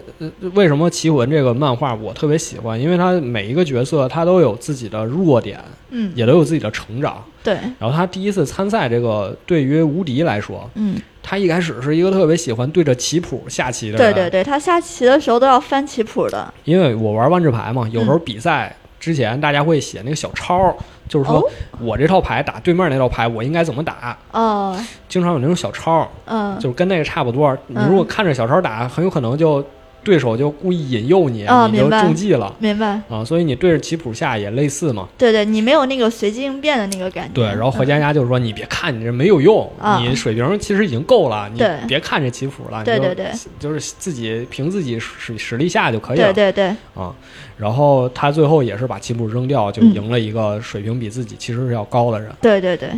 S1: 为什么《棋魂》这个漫画我特别喜欢，因为他每一个角色他都有自己的弱点，
S2: 嗯，
S1: 也都有自己的成长。
S2: 对，
S1: 然后他第一次参赛这个，对于无敌来说，
S2: 嗯，
S1: 他一开始是一个特别喜欢对着棋谱下棋的
S2: 对
S1: 人，
S2: 对对，他下棋的时候都要翻棋谱的，
S1: 因为我玩万智牌嘛，
S2: 嗯
S1: 有时候比赛之前大家会写那个小抄儿，就是说
S2: 哦
S1: 我这套牌打对面那套牌，我应该怎么打，
S2: 哦，
S1: 经常有那种小抄儿，
S2: 嗯，
S1: 就是跟那个差不多。你
S2: 嗯
S1: 如果看着小抄打，很有可能就对手就故意引诱你，
S2: 哦
S1: 你就
S2: 明白
S1: 中计了
S2: 明白，
S1: 啊。所以你对着棋谱下也类似嘛。
S2: 对对，你没有那个随机应变的那个感觉，
S1: 对，然后回
S2: 嗯
S1: 家家就是说，你别看你这没有用，
S2: 啊
S1: 你水平其实已经够了，你
S2: 对
S1: 别看这棋谱了，
S2: 对
S1: 你就
S2: 对对
S1: 就是自己凭自己实实力下就可以了
S2: 对对对，
S1: 啊。然后他最后也是把棋谱扔掉，就赢了一个水平比自己其实是要高的人。
S2: 对对对，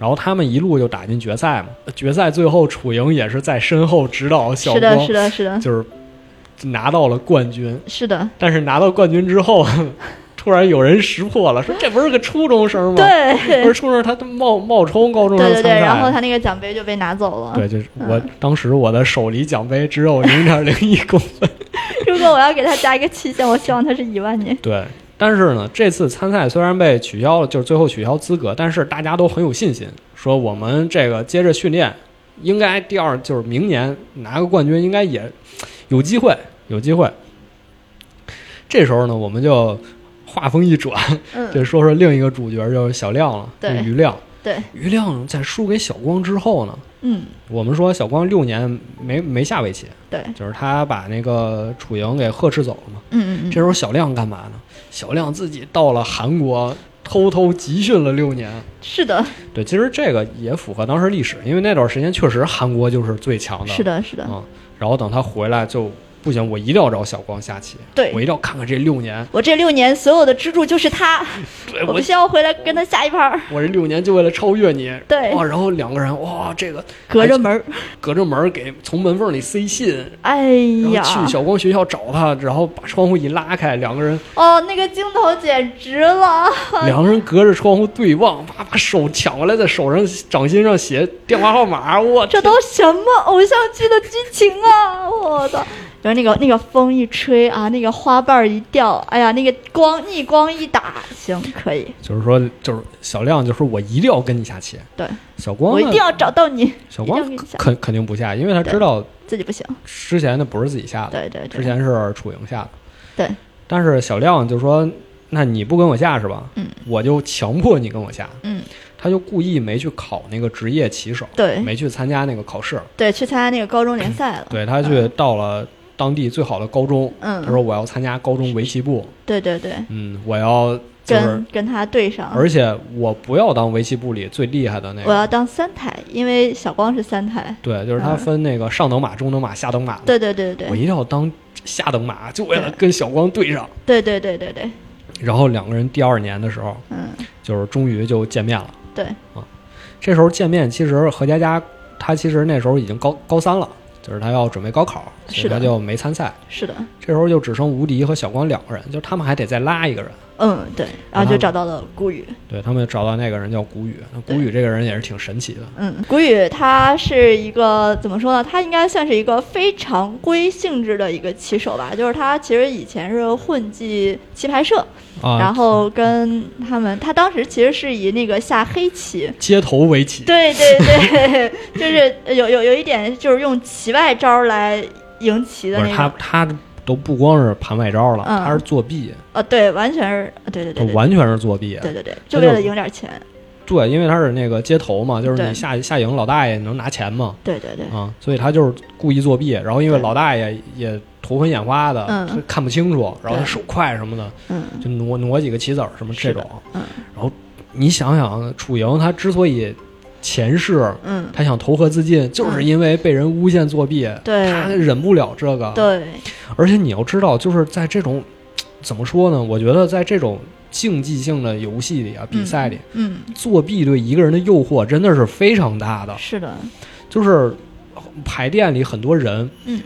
S1: 然后他们一路就打进决赛嘛，决赛最后楚莹也是在身后指导小
S2: 是的，
S1: 光
S2: 是的，是的，
S1: 就是拿到了冠军。
S2: 是的，
S1: 但是拿到冠军之后， 突然有人识破了，说这不是个初中生吗？，
S2: 对，
S1: 不是初中生，他冒冒充高中生
S2: 对
S1: 参
S2: 对对，
S1: 赛。
S2: 然后他那个奖杯就被拿走了。
S1: 对，就是我、
S2: 嗯
S1: 当时我的手离奖杯只有零点零一公分。
S2: 如果我要给他加一个期限，我希望他是一万年。
S1: 对，但是呢，这次参赛虽然被取消了，就是最后取消资格，但是大家都很有信心，说我们这个接着训练，应该第二就是明年拿个冠军，应该也有机会，有机会。这时候呢，我们就话锋一转，
S2: 嗯，
S1: 就说说另一个主角就是小亮了，
S2: 对
S1: 就是余亮。
S2: 对，
S1: 余亮在输给小光之后呢，
S2: 嗯，
S1: 我们说小光六年没没下围棋，
S2: 对，
S1: 就是他把那个楚莹给呵斥走了嘛。
S2: 嗯嗯
S1: 这时候小亮干嘛呢？小亮自己到了韩国，偷偷集训了六年。
S2: 嗯，是的，
S1: 对，其实这个也符合当时历史，因为那段时间确实韩国就是最强的。
S2: 是的，是的，
S1: 嗯，然后等他回来就不行，我一定要找小光下棋，
S2: 对
S1: 我一定要看看这六年，
S2: 我这六年所有的支柱就是他，
S1: 对
S2: 我
S1: 我
S2: 必须要回来跟他下一盘儿，
S1: 我这六年就为了超越你。
S2: 对
S1: 哇，然后两个人哇，这个
S2: 隔着门儿。
S1: 隔着门儿给从门缝里塞信，
S2: 哎呀
S1: 然，后去小光学校找他，然后把窗户一拉开，两个人
S2: 哦，那个镜头简直了，
S1: 两个人隔着窗户对望，啪把手抢过来，在手上掌心上写电话号码，我
S2: 这都什么偶像剧的剧情啊！我操！然后那个那个风一吹啊，那个花瓣儿一掉，哎呀，那个光逆光一打，行，可以，
S1: 就是说就是小亮就说我一定要跟你下棋，
S2: 对
S1: 小光
S2: 我一
S1: 呢
S2: 定要找到你，
S1: 小
S2: 一
S1: 光
S2: 定要跟你下
S1: 肯肯定不下，因为他
S2: 对
S1: 知道
S2: 自己不行，
S1: 之前的不是自己下的，
S2: 对对
S1: 之
S2: 对，
S1: 前是楚莹下的，
S2: 对，
S1: 但是小亮就说那你不跟我下是吧？
S2: 嗯，
S1: 我就强迫你跟我下，
S2: 嗯，
S1: 他就故意没去考那个职业棋手，
S2: 对
S1: 没去参加那个考试，
S2: 对，去参加那个高中联赛了，
S1: 嗯对他去到了当地最好的高中，
S2: 嗯
S1: 他说我要参加高中围棋部，
S2: 对对对，
S1: 嗯，我要就是
S2: 跟，跟他对上，
S1: 而且我不要当围棋部里最厉害的那
S2: 我
S1: 个，
S2: 要当三台，因为小光是三台，
S1: 对，就是他分那个上等马、中等马、下等马，
S2: 对对对
S1: 嗯我
S2: 对
S1: 一定要当下等马，就为了跟小光对上。
S2: 对对对对对，
S1: 然后两个人第二年的时候，
S2: 嗯，
S1: 就是终于就见面了。
S2: 对，
S1: 这时候见面，其实何佳佳她其实那时候已经高高三了，就是她要准备高考，所
S2: 是
S1: 以
S2: 的
S1: 她就没参赛。
S2: 是的，
S1: 这时候就只剩吴迪和小光两个人，就他们还得再拉一个人。
S2: 嗯对，然
S1: 然
S2: 后
S1: 后
S2: 就找到了顾宇，
S1: 对他们找到那个人叫谷雨，那谷
S2: 对
S1: 雨这个人也是挺神奇的。
S2: 嗯，谷雨他是一个怎么说呢？他应该算是一个非常规性质的一个棋手吧，就是他其实以前是混迹棋牌社，
S1: 啊，
S2: 然后跟他们，他当时其实是以那个下黑棋。
S1: 街头围棋，
S2: 对对对， 就是有有有一点就是用棋外招儿来赢棋的
S1: 不
S2: 那
S1: 是
S2: 种，
S1: 他他都不光是盘外招了，
S2: 嗯
S1: 他是作弊，
S2: 呃，对，完全是，对对
S1: 他
S2: 对对，
S1: 完全是作弊。
S2: 对对对，
S1: 啊就
S2: 就为了赢点钱，
S1: 对，因为他是那个街头嘛，就是
S2: 对
S1: 你下下赢老大爷能拿钱嘛，
S2: 对对对，
S1: 啊，所以他就是故意作弊。然后因为
S2: 对
S1: 老大爷也头昏眼花的，
S2: 嗯
S1: 他看不清楚，然后他
S2: 对
S1: 手快什么的，
S2: 嗯
S1: 就挪挪几个棋子儿什么这
S2: 是的
S1: 种。
S2: 嗯
S1: 你想想，楚莹她之所以前世
S2: 嗯，
S1: 她想投河自尽，就是
S2: 嗯
S1: 因为被人诬陷作弊，
S2: 对
S1: 她忍不了这个。
S2: 对，
S1: 而且你要知道，就是在这种怎么说呢？我觉得在这种竞技性的游戏里啊，比赛里，
S2: 嗯，
S1: 作弊对一个人的诱惑真的是非常大的。
S2: 是的，
S1: 就是排练里很多人，
S2: 嗯，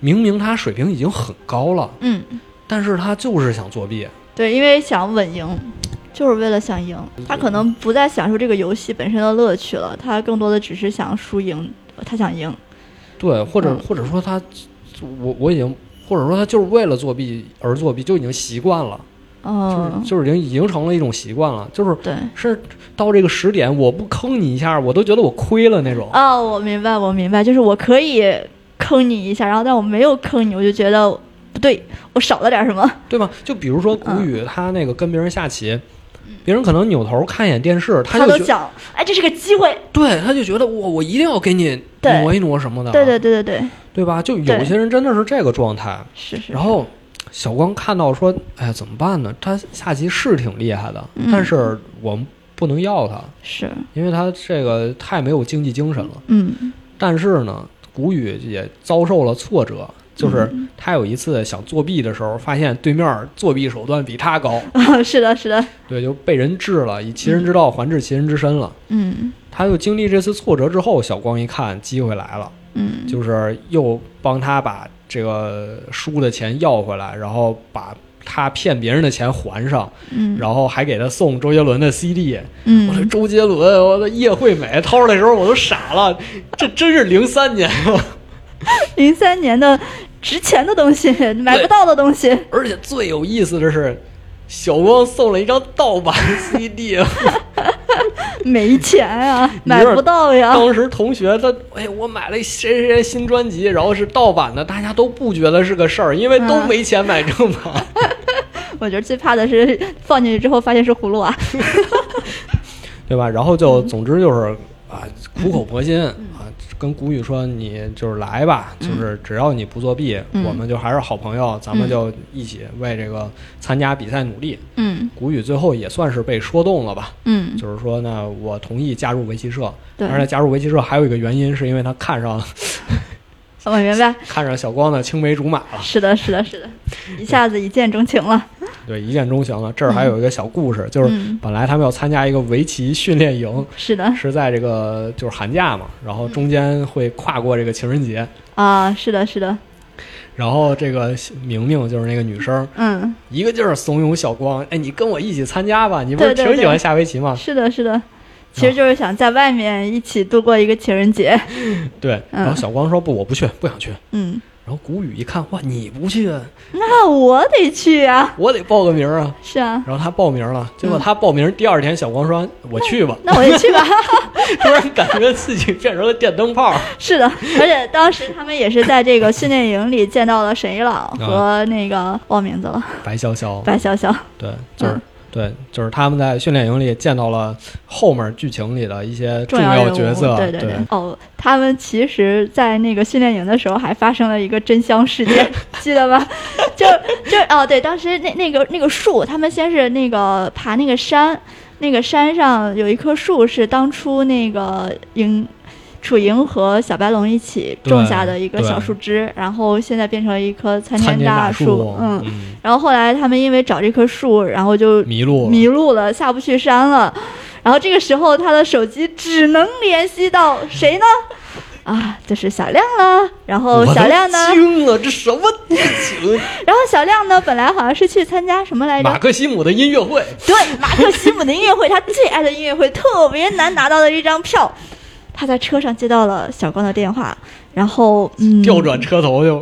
S1: 明明他水平已经很高了，
S2: 嗯，
S1: 但是他就是想作弊。
S2: 对，因为想稳赢，就是为了想赢。
S1: 嗯
S2: 他可能不再享受这个游戏本身的乐趣了，他更多的只是想输赢，他想赢。
S1: 对，或者
S2: 嗯
S1: 或者说他，我我已经，或者说他就是为了作弊而作弊，就已经习惯了，
S2: 嗯，
S1: 就是就是已经已经成了一种习惯了，就是
S2: 对。
S1: 是到这个时点，我不坑你一下，我都觉得我亏了那种。
S2: 哦，我明白，我明白，就是我可以坑你一下，然后但我没有坑你，我就觉得不对，我少了点什么。
S1: 对吧？就比如说
S2: 嗯
S1: 古语，他那个跟别人下棋，别人可能扭头看一眼电视，
S2: 他
S1: 就
S2: 都
S1: 觉
S2: 想，哎，这是个机会。
S1: 对，他就觉得我我一定要给你
S2: 对
S1: 挪一挪什么的，
S2: 对对对对对，
S1: 对吧？就有
S2: 对
S1: 些人真的是这个状态。
S2: 是是。
S1: 然后小光看到说，哎呀，怎么办呢？他下棋是挺厉害的，
S2: 嗯
S1: 但是我们不能要他，
S2: 是，
S1: 因为他这个太没有竞技精神了。
S2: 嗯
S1: 但是呢，古语也遭受了挫折，就是
S2: 嗯
S1: 他有一次想作弊的时候，发现对面作弊手段比他高，
S2: 啊，是的，是的，
S1: 对，就被人治了，以其人之道还治其人之身了。
S2: 嗯
S1: 他又经历这次挫折之后，小光一看机会来了，
S2: 嗯，
S1: 就是又帮他把这个输的钱要回来，然后把他骗别人的钱还上，
S2: 嗯
S1: 然后还给他送周杰伦的 CD。我说
S2: 嗯，
S1: 周杰伦，我的叶惠美，掏出来的时候我都傻了，这真是零三 年，
S2: 零三年的值钱的东西，买不到的东西，
S1: 而且最有意思的是，小光送了一张盗版 CD，
S2: 没钱啊，
S1: 你
S2: 买
S1: 这
S2: 不到呀。
S1: 当时同学他，哎，我买了谁谁谁新专辑，然后是盗版的，大家都不觉得是个事儿，因为都
S2: 嗯
S1: 没钱买正版。
S2: 我觉得最怕的是放进去之后发现是葫芦啊娃、
S1: 对吧？然后
S2: 嗯
S1: 就总之就是啊，苦口婆心啊，跟谷雨说你就是来吧，就是只要你不作弊，
S2: 嗯
S1: 我们就还是好朋友，咱们就一起为这个参加比赛努力。
S2: 嗯
S1: 谷雨最后也算是被说动了吧，
S2: 嗯，
S1: 就是说呢，我同意加入围棋社，
S2: 对，
S1: 而且加入围棋社还有一个原因是因为他看上
S2: 哦我明白。
S1: 看上小光的青梅竹马了，
S2: 是的，是的，是的，一下子一见钟情了。
S1: 对，一见钟情了。这儿还有一个小故事，就是
S2: 嗯，
S1: 本来他们要参加一个围棋训练营，
S2: 是的
S1: 是在这个就是寒假嘛，然
S2: 嗯
S1: 后中间会跨过这个情人节，
S2: 啊，是的，是的，
S1: 然后这个明明就是那个女生，
S2: 嗯，
S1: 一个劲儿怂恿小光，哎，你跟我一起参加吧，你不是
S2: 对对
S1: 挺喜欢
S2: 对
S1: 下围棋吗？
S2: 是的，是的，其实就是想在外面一起度过一个情人节。
S1: 对，
S2: 嗯
S1: 然后小光说不，我不去，不想去。
S2: 嗯，
S1: 然后谷雨一看，哇，你不去，啊
S2: 那我得去啊。
S1: 我得报个名啊。
S2: 是啊，
S1: 然后他报名了，结果
S2: 嗯
S1: 他报名第二天，小光说我去吧，
S2: 那我也去吧。
S1: 突然感觉自己变成了电灯泡。
S2: 是的，而且当时他们也是在这个训练营里见到了沈一朗和那个忘名字了，
S1: 白潇潇，
S2: 白潇潇。
S1: 对，就是。
S2: 嗯
S1: 对，就是他们在训练营里见到了后面剧情里的一些重
S2: 要人物
S1: 角色，
S2: 对
S1: 对
S2: 对。哦，他们其实，在那个训练营的时候还发生了一个真香事件， 记得吗？就就哦，对，当时那那个那个树，他们先是那个爬那个山，那个山上有一棵树是当初那个营。楚莹和小白龙一起种下的一个
S1: 对
S2: 小树枝，然后现在变成了一棵参
S1: 参
S2: 天
S1: 天
S2: 大
S1: 树，
S2: 嗯，然后后来他们因为找这棵树，然后就
S1: 嗯，迷路了，
S2: 迷路了，下不去山了。然后这个时候，他的手机只能联系到谁呢？啊，就是小亮了。然后
S1: 我都
S2: 哦小亮呢？
S1: 惊了，这什么剧情？
S2: 然后小亮呢？本来好像是去参加什么来
S1: 马
S2: 着？
S1: 克西姆的音乐会，
S2: 对，马克西姆的音乐会，他最爱的音乐会，特别难拿到的一张票。他在车上接到了小光的电话，然后嗯，
S1: 调转车头就、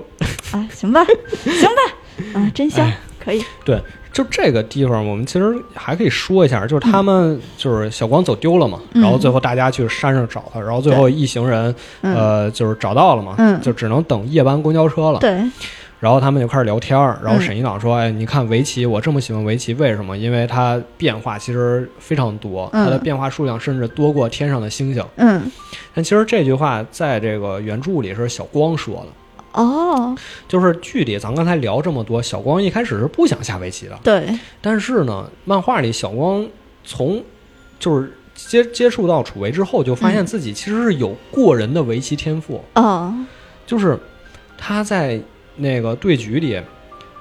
S2: 啊，行吧，行吧，啊，真
S1: 哎
S2: 香，可以，
S1: 对。就这个地方，我们其实还可以说一下，就是他们就是小光走丢了嘛，
S2: 嗯
S1: 然后最后大家去山上找他，然后最后一行人
S2: 嗯，
S1: 呃就是找到了嘛，
S2: 嗯
S1: 就只能等夜班公交车了。
S2: 对，
S1: 然后他们就开始聊天儿，然后
S2: 嗯
S1: 沈一朗说：“哎，你看围棋，我这么喜欢围棋，为什么？因为它变化其实非常多，它的
S2: 嗯
S1: 变化数量甚至多过天上的星星。
S2: 嗯，”
S1: 但其实这句话在这个原著里是小光说的。
S2: 哦，
S1: 就是剧里咱刚才聊这么多，小光一开始是不想下围棋的，
S2: 对，
S1: 但是呢，漫画里小光从就是接接触到楚围之后，就发现自己其实是有过人的围棋天赋，
S2: 哦，
S1: 就是他在那个对局里。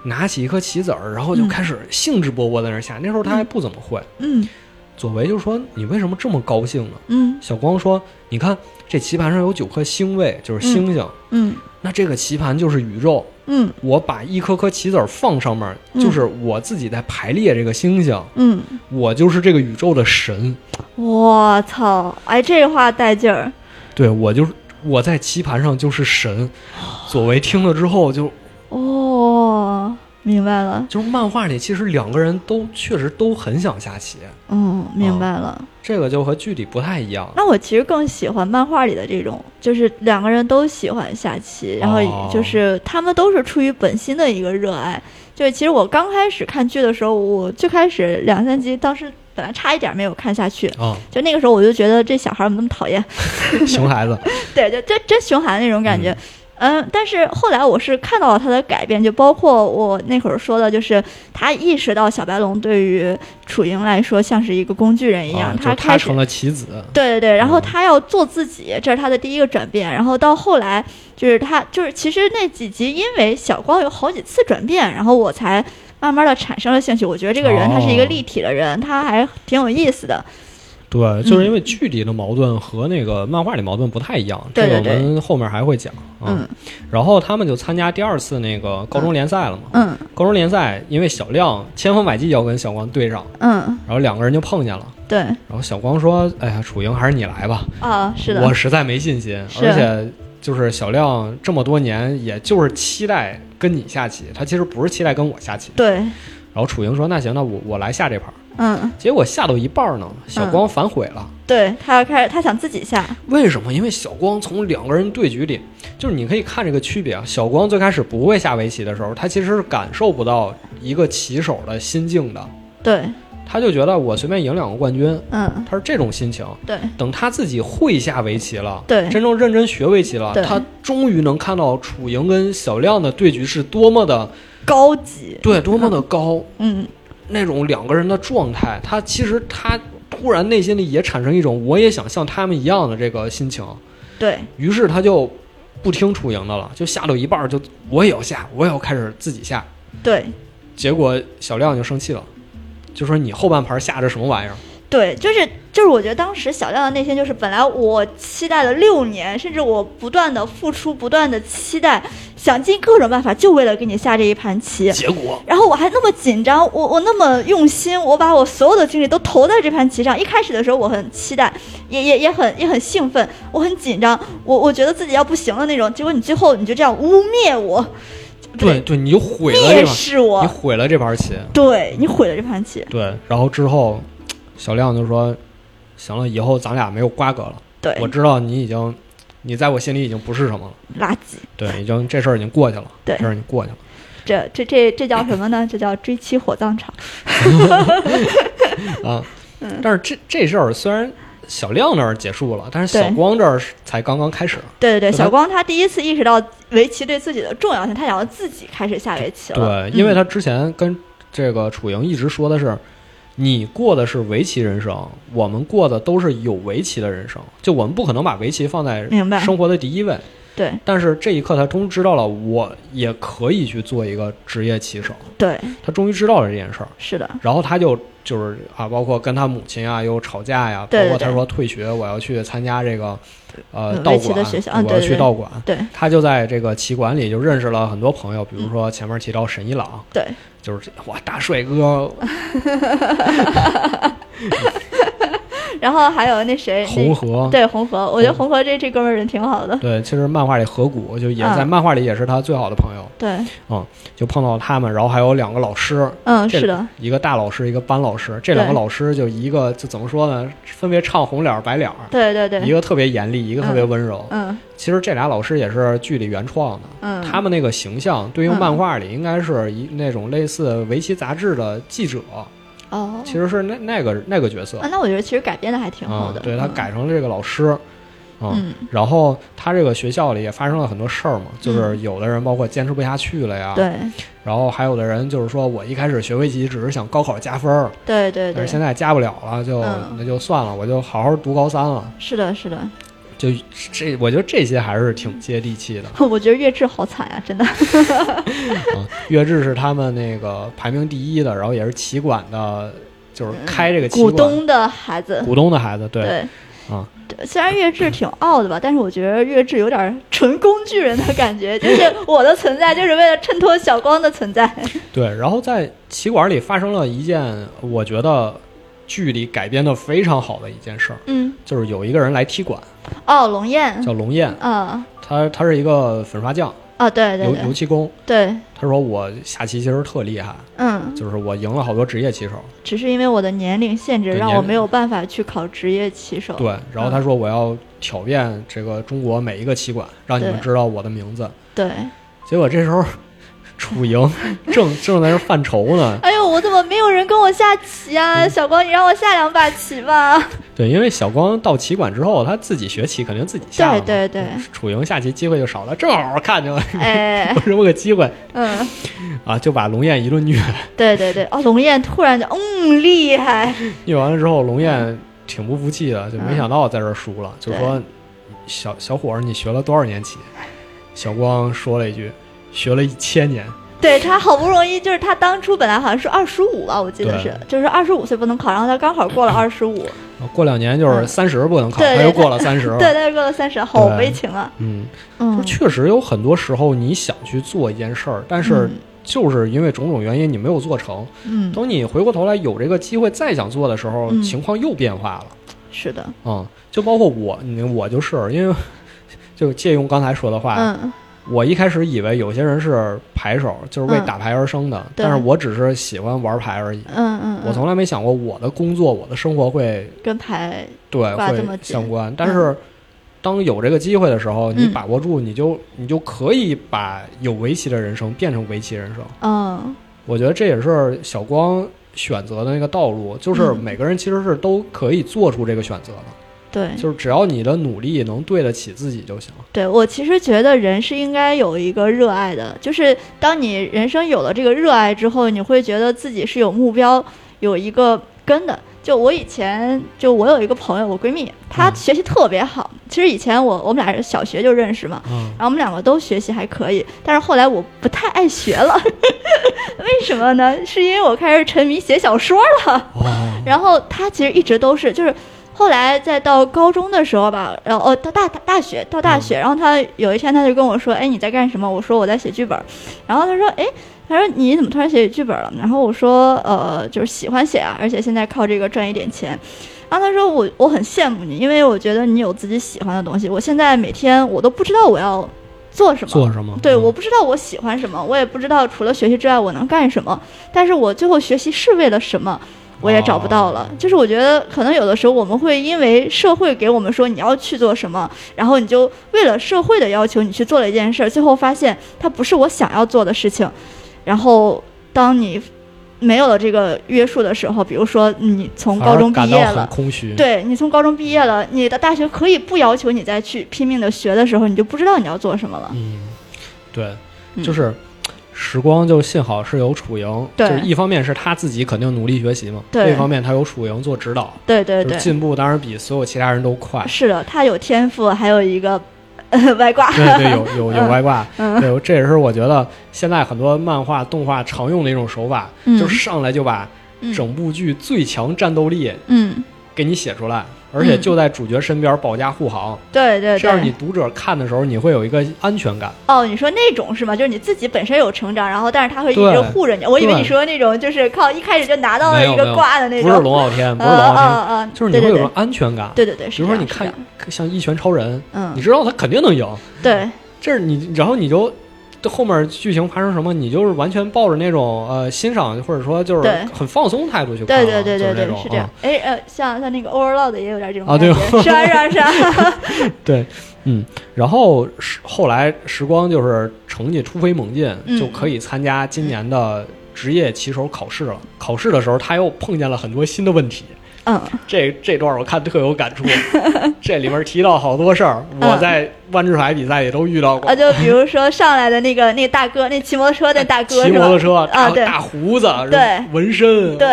S1: 拿起一颗棋子儿，然后就
S2: 嗯
S1: 开始兴致勃勃在那儿下。那时候他还不怎么会。
S2: 嗯
S1: 左为就说：“你为什么这么高兴呢
S2: 嗯？”
S1: 小光说：“你看这棋盘上有九颗星位，就是星星。
S2: 嗯。
S1: 那这个棋盘就是宇宙，
S2: 嗯
S1: 我把一颗颗棋子儿放上面，
S2: 嗯
S1: 就是我自己在排列这个星星，
S2: 嗯，
S1: 我就是这个宇宙的神。
S2: 我操，哎，这话带劲儿，
S1: 对我就是我在棋盘上就是神。
S2: 啊
S1: 左为听了之后就
S2: 哦，明白了，
S1: 就是漫画里其实两个人都确实都很想下棋，
S2: 嗯，明白了。
S1: 这个就和剧里不太一样。
S2: 那我其实更喜欢漫画里的这种，就是两个人都喜欢下棋，然后
S1: 哦
S2: 就是他们都是出于本心的一个热爱。就是其实我刚开始看剧的时候，我最开始两三集，当时本来差一点没有看下去，
S1: 啊、
S2: 就那个时候我就觉得这小孩儿怎么那么讨厌，
S1: 熊孩子，
S2: 对，就真真熊孩子那种感觉。嗯但是后来我是看到了他的改变，就包括我那会儿说的，就是他意识到小白龙对于楚莹来说像是一个工具人一样，
S1: 啊、就是
S2: 开
S1: 他
S2: 始
S1: 成了棋子，
S2: 对对对，然后
S1: 嗯
S2: 他要做自己，这是他的第一个转变。然后到后来就是他就是其实那几集，因为小光有好几次转变，然后我才慢慢的产生了兴趣。我觉得这个人他是一个
S1: 哦
S2: 立体的人，他还挺有意思的。
S1: 对，就是因为剧里的矛盾和那个漫画里矛盾不太一样，
S2: 对对
S1: 这个
S2: 对
S1: 我们后面还会讲。啊
S2: 嗯
S1: 然后他们就参加第二次那个高中联赛了嘛。
S2: 嗯
S1: 高中联赛，因为小亮千方百计要跟小光对上，
S2: 嗯，
S1: 然后两个人就碰见了。
S2: 对
S1: 然后小光说：“哎呀，楚莹，还是你来吧，
S2: 啊，是的
S1: 我，实在没信心，
S2: 是
S1: 而且就是小亮这么多年，也就是期待跟你下棋，他其实不是期待跟我下棋。”
S2: 对，
S1: 然后楚莹说：“那行，那我我来下这盘。”
S2: 嗯，
S1: 结果下到一半呢，小光反悔了。
S2: 对他要开始，他想自己下，
S1: 为什么？因为小光从两个人对局里，就是你可以看这个区别啊。小光最开始不会下围棋的时候，他其实是感受不到一个棋手的心境的，
S2: 对，
S1: 他就觉得我随便赢两个冠军，
S2: 嗯，
S1: 他是这种心情。
S2: 对，
S1: 等他自己会下围棋了，
S2: 对
S1: 真正认真学围棋了
S2: 对，
S1: 他终于能看到楚莹跟小亮的对局是多么的
S2: 高级，
S1: 对，多么的高，
S2: 嗯，
S1: 那种两个人的状态，他其实他突然内心里也产生一种我也想像他们一样的这个心情，
S2: 对，
S1: 于是他就不听楚莹的了，就下到一半儿就我也要下，我也要开始自己下，
S2: 对，
S1: 结果小亮就生气了，就说你后半盘下这什么玩意儿？
S2: 对，就是就是，我觉得当时小亮的内心就是，本来我期待了六年，甚至我不断的付出，不断的期待，想尽各种办法，就为了给你下这一盘棋。
S1: 结果
S2: 然后我还那么紧张，我我那么用心，我把我所有的精力都投在这盘棋上。一开始的时候我很期待，也也也很也很兴奋，我很紧张，我我觉得自己要不行了那种。结果你最后你就这样污蔑我，不
S1: 对对，你就毁了这
S2: 蔑
S1: 盘，
S2: 视
S1: 你
S2: 我，
S1: 毁了这盘棋。
S2: 对你毁了这盘棋。
S1: 对，然后之后小亮就说：“行了，以后咱俩没有瓜葛了，
S2: 对，
S1: 我知道你已经，你在我心里已经不是什么了。”
S2: 垃圾，
S1: 对，已经这事儿已经过去了，
S2: 对
S1: 这事儿已经过去了。
S2: 这这这这叫什么呢？这叫追妻火葬场。嗯
S1: 啊。但是这这事儿虽然小亮那儿结束了，但是
S2: 对
S1: 小光这儿是才刚刚开始。
S2: 对对对，
S1: 就
S2: 小
S1: 他
S2: 光他第一次意识到围棋对自己的重要性，他想要自己开始下围棋了。
S1: 对，因为
S2: 嗯
S1: 他之前跟这个楚莹一直说的是。你过的是围棋人生，我们过的都是有围棋的人生。就我们不可能把围棋放在
S2: 明白
S1: 生活的第一位，
S2: 对
S1: 但是这一刻他终于知道了，我也可以去做一个职业棋手。
S2: 对
S1: 他终于知道了这件事儿，
S2: 是的，
S1: 然后他就就是啊，包括跟他母亲啊又吵架呀、
S2: 对对
S1: 包括他
S2: 对
S1: 说退学，我要去参加这个呃
S2: 嗯
S1: 道
S2: 围棋
S1: 馆，
S2: 的学校啊
S1: 我
S2: 对
S1: 要
S2: 对
S1: 去
S2: 对
S1: 道馆。
S2: 对
S1: 他就在这个棋馆里就认识了很多朋友，比如说前面提到沈一朗，
S2: 对
S1: 就是哇大帅哥，
S2: 嗯然后还有那谁
S1: 红
S2: 那
S1: 河。
S2: 对红河，我觉得
S1: 红
S2: 红河这这哥们儿人挺好的。
S1: 对，其实漫画里河谷就也在
S2: 嗯
S1: 漫画里也是他最好的朋友，
S2: 对，
S1: 就碰到他们，然后还有两个老师，
S2: 嗯，
S1: 这
S2: 是的，
S1: 一个大老师，一个班老师，这两个
S2: 对
S1: 老师就一个就怎么说呢，分别唱红脸儿白脸儿，
S2: 对对对
S1: 一，个特别严厉，一个特别温柔，
S2: 嗯
S1: 其实这俩老师也是剧里原创的，
S2: 嗯，
S1: 他们那个形象对应漫画里应该是一那种类似围棋杂志的记者，
S2: 哦，
S1: 其实是那那个那个角色
S2: 啊，那我觉得其实改编的还挺好
S1: 啊
S2: 的。，
S1: 对他
S2: 嗯
S1: 改成了这个老师。啊
S2: 嗯
S1: 然后他这个学校里也发生了很多事儿嘛，就是有的人包括坚持不下去了呀，
S2: 嗯对
S1: 然后还有的人就是说我一开始学围棋只是想高考加分儿，
S2: 对对
S1: 但是现
S2: 对，
S1: 在加不了了，就、
S2: 嗯
S1: 那就算了，我就好好读高三了。
S2: 是的是的，
S1: 就这，我觉得这些还是挺接地气的。
S2: 我觉得岳志好惨呀，真的。
S1: 啊，乐志是他们那个排名第一的，然后也是棋馆的，就是开这个棋
S2: 嗯股
S1: 馆
S2: 东的孩子，
S1: 股东的孩子，对。
S2: 对，
S1: 啊，
S2: 虽然月志挺傲的吧，但是我觉得月志有点纯工具人的感觉， 就是我的存在就是为了衬托小光的存在。
S1: 对，然后在棋馆里发生了一件我觉得剧里改编的非常好的一件事儿，
S2: 嗯，
S1: 就是有一个人来踢馆，
S2: 哦，龙焰，
S1: 叫龙焰，
S2: 啊
S1: 他他是一个粉刷匠，
S2: 啊，对对
S1: 油油
S2: 对
S1: 漆工。
S2: 对，
S1: 他说我下棋其实特厉害，
S2: 嗯，
S1: 就是我赢了好多职业棋手。
S2: 只是因为我的年龄限制，
S1: 对
S2: 让
S1: 年
S2: 我
S1: 龄
S2: 没有办法去考职业棋手。
S1: 对，然
S2: 嗯
S1: 后他说我要挑遍这个中国每一个棋馆，让你们
S2: 对
S1: 知道我的名字。
S2: 对，
S1: 结果这时候楚莹正正在那儿犯愁呢，
S2: 哎呦，我怎么没有人跟我下棋
S1: 嗯
S2: 啊？小光，你让我下两把棋吧。
S1: 对，因为小光到棋馆之后，他自己学棋，肯定自己 下了嘛。
S2: 对对对
S1: 嗯楚莹下棋机会就少了，正好看见了
S2: 哎
S1: 有，这么个机会
S2: 嗯，
S1: 啊，就把龙焰一顿虐。
S2: 对对对，哦，龙焰突然就，嗯，厉害，
S1: 虐完了之后，龙焰挺不服气的，就没
S2: 嗯
S1: 想到在这儿输了，就说：“小小伙儿，你学了多少年棋？”小光说了一句：“学了一千年。
S2: 对他好不容易，就是他当初本来好像是二十五吧，我记得是，就是二十五岁不能考，然后他刚好
S1: 嗯
S2: 过了二十五，”
S1: 啊过两年就是
S2: 嗯
S1: 三十不能考，
S2: 对
S1: 他
S2: 对
S1: 又过了三 十了。
S2: 对，但是过了三十，好悲情啊，
S1: 嗯，
S2: 嗯，
S1: 确实有很多时候你想去做一件事儿，但是就是因为种种原因你没有做成。
S2: 嗯，嗯，
S1: 等你回过头来有这个机会再想做的时候，
S2: 嗯
S1: 情况又变化了。
S2: 是的，
S1: 嗯，就包括我，你我就是因为就借用刚才说的话，
S2: 嗯，
S1: 我一开始以为有些人是牌手，就是为
S2: 嗯
S1: 打牌而生的，
S2: 对
S1: 但是我只是喜欢玩牌而已。
S2: 嗯嗯，
S1: 我从来没想过我的工作、我的生活会
S2: 跟牌，
S1: 对
S2: 挂这么
S1: 会
S2: 紧
S1: 相关。但是当有这个机会的时候，
S2: 嗯
S1: 你把握住，你就你就可以把有围棋的人生变成围棋人生。
S2: 嗯，
S1: 我觉得这也是小光选择的那个道路，就是
S2: 嗯
S1: 每个人其实是都可以做出这个选择的，
S2: 对，
S1: 就是只要你的努力能对得起自己就行。
S2: 对我其实觉得人是应该有一个热爱的，就是当你人生有了这个热爱之后，你会觉得自己是有目标、有一个根的。就我以前，就我有一个朋友，我闺蜜，她
S1: 嗯
S2: 学习特别好。其实以前我我们俩是小学就认识嘛，
S1: 嗯，
S2: 然后我们两个都学习还可以，但是后来我不太爱学了， 为什么呢？是因为我开始沉迷写小说了。
S1: 哦，
S2: 然后他其实一直都是，就是后来再到高中的时候吧，然后哦到大大大学到大学，然后他有一天他就跟我说：“哎，你在干什么？”我说：“我在写剧本。”然后他说：“哎，他说你怎么突然写剧本了？”然后我说：“呃，就是喜欢写啊，而且现在靠这个赚一点钱。”然后他说我我很羡慕你，因为我觉得你有自己喜欢的东西。我现在每天我都不知道我要做什么，
S1: 做什么？
S2: 对，
S1: 嗯
S2: 我不知道我喜欢什么，我也不知道除了学习之外我能干什么。但是我最后学习是为了什么，我也
S1: 哦
S2: 找不到了。就是我觉得可能有的时候我们会因为社会给我们说你要去做什么，然后你就为了社会的要求你去做了一件事儿，最后发现它不是我想要做的事情。然后当你没有了这个约束的时候，比如说你从
S1: 反而
S2: 高中毕
S1: 感
S2: 业
S1: 到
S2: 了
S1: 很，空虚。
S2: 对你从高中毕业了，你的大学可以不要求你再去拼命的学的时候，你就不知道你要做什么了。
S1: 嗯，对，
S2: 嗯
S1: 就是时光，就幸好是有楚莹，
S2: 对
S1: 就是一方面是他自己肯定努力学习嘛，
S2: 对
S1: 另一方面他有楚莹做指导，
S2: 对对
S1: 就
S2: 对。
S1: 是，进步当然比所有其他人都快
S2: 是的，他有天赋，还有一个 呃外挂。
S1: 对对，有有有外挂，
S2: 嗯
S1: 对，这也是我觉得现在很多漫画、动画常用的一种手法，
S2: 嗯
S1: 就是上来就把
S2: 嗯
S1: 整部剧最强战斗力
S2: 嗯，
S1: 给你写出来，而且
S2: 嗯
S1: 就在主角身边保驾护航，
S2: 对对
S1: 这样啊你
S2: 对。
S1: 读者看的时候你会有一个安全感。
S2: 哦，你说那种是吗？就是你自己本身有成长，然后但是他会一直
S1: 对
S2: 护着你。我以为
S1: 对
S2: 你说那种就是靠一开始就拿到了
S1: 没有
S2: 一
S1: 没
S2: 个
S1: 有
S2: 挂的那
S1: 不是
S2: 种。
S1: 龙傲天，不是龙傲
S2: 啊啊
S1: 天，
S2: 啊！
S1: 就是你
S2: 对
S1: 会
S2: 对
S1: 有种
S2: 对
S1: 安全感。
S2: 对对对，
S1: 比
S2: 是
S1: 如
S2: 这
S1: 说
S2: 样
S1: 你
S2: 是这
S1: 看
S2: 样
S1: 像一拳超人，你
S2: 嗯，
S1: 知道他肯定能赢，
S2: 对
S1: 这是你，然后你就这后面剧情发生什么，你就是完全抱着那种呃欣赏或者说就是
S2: 对
S1: 很放松态度去看啊，
S2: 对对对对
S1: 就是那
S2: 对，
S1: 种嗯
S2: 是这样。哎呃，像像那个 Overlord 也有点这种
S1: 啊
S2: 感
S1: 对
S2: 觉，是啊是啊是啊。
S1: 嗯对，嗯，然后时后来时光就是成绩突飞猛进，
S2: 嗯
S1: 就可以参加今年的。职业棋手考试了，考试的时候他又碰见了很多新的 问题。
S2: 嗯
S1: 这这段我看特有感触，这里面提到好多事儿，我
S2: 嗯
S1: 在万智牌比赛也都遇到过
S2: 啊，。就比如说上来的那个那个大哥，那骑摩托车那大哥
S1: 骑
S2: 是吧
S1: 摩托车
S2: 啊，
S1: 大
S2: 对
S1: 大胡子，
S2: 对
S1: 纹身，
S2: 对，，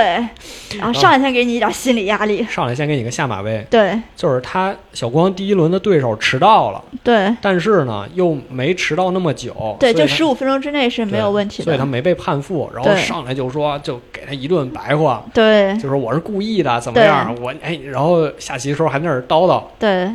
S2: 然后上来先给你一点心理压力，
S1: 上来先给你个下马威。
S2: 对
S1: 就是他小光第一轮的对手迟到了，
S2: 对
S1: 但是呢又没迟到那么久，
S2: 对，
S1: 所以
S2: 就
S1: 他
S2: 十五分钟之内是没有
S1: 对
S2: 问题
S1: 所以他
S2: 的，
S1: 没被判负，然后
S2: 对
S1: 上来就说就给他一顿白话，
S2: 对
S1: 就说我是故意的，怎么样？我哎，然后下棋的时候还在那儿叨叨，
S2: 对，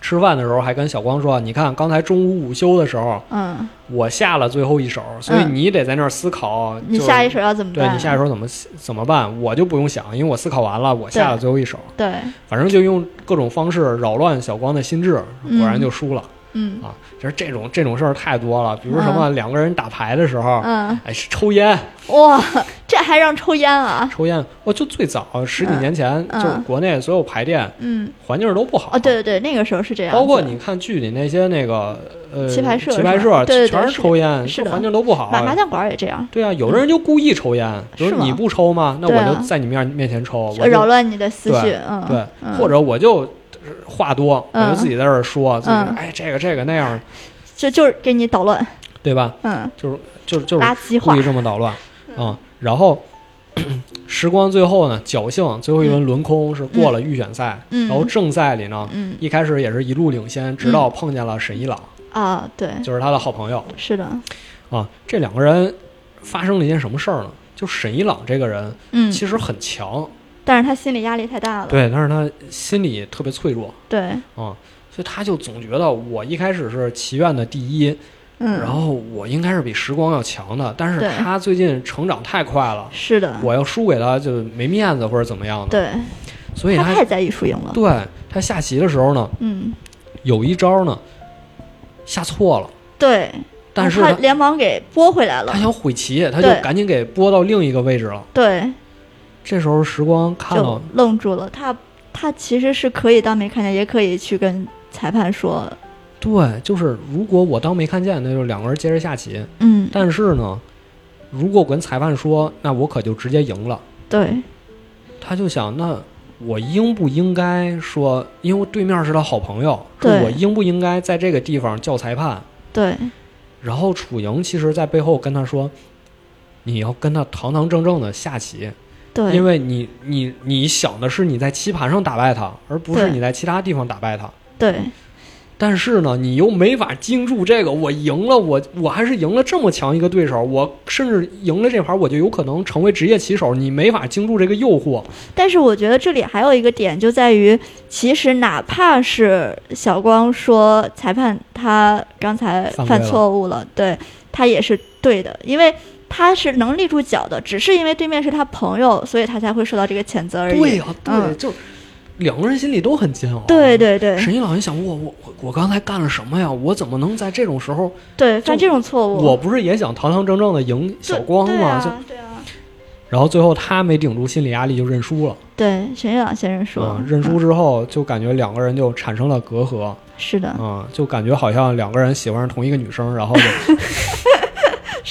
S1: 吃饭的时候还跟小光说，你看刚才中午午休的时候
S2: 嗯，
S1: 我下了最后一手，所以
S2: 嗯
S1: 你得在那儿思考，
S2: 你
S1: 就是
S2: 下一手要怎么
S1: 对
S2: 办？啊
S1: 你下一手怎么怎么办？我就不用想，因为我思考完了，我下了最后一手，
S2: 对，
S1: 反正就用各种方式扰乱小光的心智，
S2: 嗯
S1: 果然就输了、
S2: 嗯
S1: 啊！就是这种这种事儿太多了，比如什么两个人打牌的时候，
S2: 嗯，
S1: 哎，抽烟
S2: 哇，这还让抽烟啊？
S1: 抽烟，我就最早十几年前，
S2: 嗯
S1: 就是国内所有牌店
S2: 嗯，
S1: 环境都不好，
S2: 哦，对对对，那个时候是这样子，
S1: 包括你看剧里那些那个呃
S2: 棋牌社
S1: 棋牌
S2: 是吧
S1: 社
S2: 对对对
S1: 全
S2: 是
S1: 抽烟，
S2: 是的
S1: 这环境都不好
S2: 买。麻将馆也这样，
S1: 对啊，有的人就故意抽烟，比
S2: 是
S1: 如
S2: 吗
S1: 你不抽吗？那
S2: 对
S1: 我
S2: 啊
S1: 就在你面面前抽，我
S2: 扰
S1: 就
S2: 乱你的思绪，
S1: 对
S2: 嗯，
S1: 对，
S2: 嗯
S1: 或者我就呃话多，我
S2: 嗯
S1: 就自己在这儿说，自己
S2: 嗯
S1: 哎这个这个那样，
S2: 就就是给你捣乱，
S1: 对吧？
S2: 嗯，
S1: 就是就是就是
S2: 垃圾
S1: 故
S2: 话嗯
S1: 意，这么捣乱啊。然后时光最后呢，侥幸最后一轮轮空是过了预选赛，
S2: 嗯
S1: 然后正赛里呢，
S2: 嗯
S1: 一开始也是一路领先，直到碰见了沈一朗，
S2: 啊，对，
S1: 就是他的好朋友
S2: 是的，嗯
S1: 啊。这两个人发生了一件什么事儿呢？就沈一朗这个人
S2: 嗯，
S1: 其实很强，
S2: 但是他心理压力太大了，
S1: 对，但是他心里特别脆弱
S2: 对，
S1: 啊，所以他就总觉得我一开始是祈愿的第一，
S2: 嗯，
S1: 然后我应该是比时光要强的，但是
S2: 对
S1: 他最近成长太快了，
S2: 是的，
S1: 我要输给他就没面子或者怎么样的，
S2: 对
S1: 所以
S2: 他
S1: 他
S2: 太在意输赢了，
S1: 对他下棋的时候呢，
S2: 嗯，
S1: 有一招呢下错了，
S2: 对，
S1: 但是
S2: 他
S1: 呢
S2: 连忙给拨回来了
S1: 他，想毁棋，他就
S2: 对
S1: 赶紧给拨到另一个位置了。
S2: 对，
S1: 这时候时光看
S2: 就
S1: 到，
S2: 愣住了，他他其实是可以当没看见，也可以去跟裁判说，
S1: 对，就是如果我当没看见，那就两个人接着下棋。
S2: 嗯，
S1: 但是呢，如果我跟裁判说，那我可就直接赢了。
S2: 对，
S1: 他就想，那我应不应该说，因为对面是他好朋友，说
S2: 对
S1: 我应不应该在这个地方叫裁判？
S2: 对，
S1: 然后楚莹其实，在背后跟他说，你要跟他堂堂正正的下棋，
S2: 对，
S1: 因为你你你想的是你在棋盘上打败他，而不是
S2: 对
S1: 你在其他地方打败他。
S2: 对，
S1: 但是呢，你又没法经住这个，我赢了，我我还是赢了这么强一个对手，我甚至赢了这盘，我就有可能成为职业棋手。你没法经住这个诱惑，
S2: 但是我觉得这里还有一个点，就在于其实哪怕是小光说裁判他刚才
S1: 犯规
S2: 犯
S1: 了
S2: 错误了，对他也是对的，因为他是能立住脚的，只是因为对面是他朋友，所以他才会受到这个谴责而已。
S1: 对呀、哦啊对，
S2: 嗯
S1: 就两个人心里都很煎熬。
S2: 对对对
S1: 沈一老一想，我我我我刚才干了什么呀？我怎么能在这种时候？
S2: 对，犯
S1: 就
S2: 这种错误，
S1: 我不是也想堂堂正正的赢
S2: 对
S1: 小光
S2: 对
S1: 吗？就
S2: 啊，对啊，
S1: 然后最后他没顶住心理压力就认输了。
S2: 对，沈月朗先生说
S1: 嗯，，认输
S2: 嗯
S1: 之后就感觉两个人就产生了隔阂，
S2: 是的，
S1: 嗯，就感觉好像两个人喜欢上同一个女生， 然后就是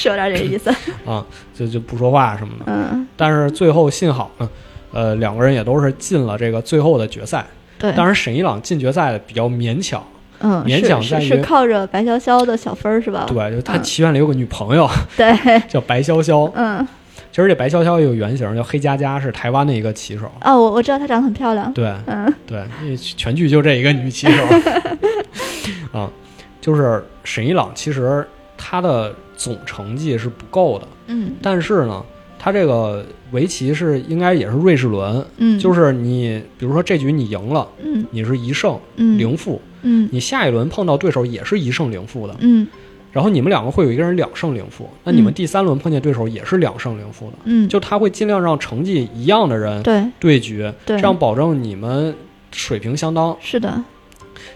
S2: 有点这个意思，
S1: 啊、就就不说话什么的。
S2: 嗯，
S1: 但是最后幸好呢，呃，两个人也都是进了这个最后的决赛。
S2: 对，
S1: 当然，沈一朗进决赛比较勉强，
S2: 嗯，
S1: 勉
S2: 是
S1: 强
S2: 是
S1: 在
S2: 是
S1: 于
S2: 靠着白潇潇的小分儿是吧？
S1: 对，就他
S2: 嗯
S1: 棋院里有个女朋友
S2: 对，
S1: 叫白潇潇，
S2: 嗯，
S1: 其实这白潇潇有原型叫黑佳佳，是台湾的一个棋手。
S2: 哦，我我知道她长得很漂亮，
S1: 对，
S2: 嗯。
S1: 对，那全剧就这一个女棋 手啊，就是沈一朗，其实他的总成绩是不够的，
S2: 嗯
S1: 但是呢，他这个围棋是应该也是瑞士轮，
S2: 嗯，
S1: 就是是你比如说这局你赢了，
S2: 嗯
S1: 你是一胜
S2: 嗯
S1: 零负，
S2: 嗯
S1: 你下一轮碰到对手也是一胜零负的，
S2: 嗯
S1: 然后你们两个会有一个人两胜零负，那你们
S2: 嗯
S1: 第三轮碰见对手也是两胜零负的，
S2: 嗯，
S1: 就他会尽量让成绩一样的人
S2: 对
S1: 对局，
S2: 对，
S1: 这样保证你们水平相当。
S2: 是的，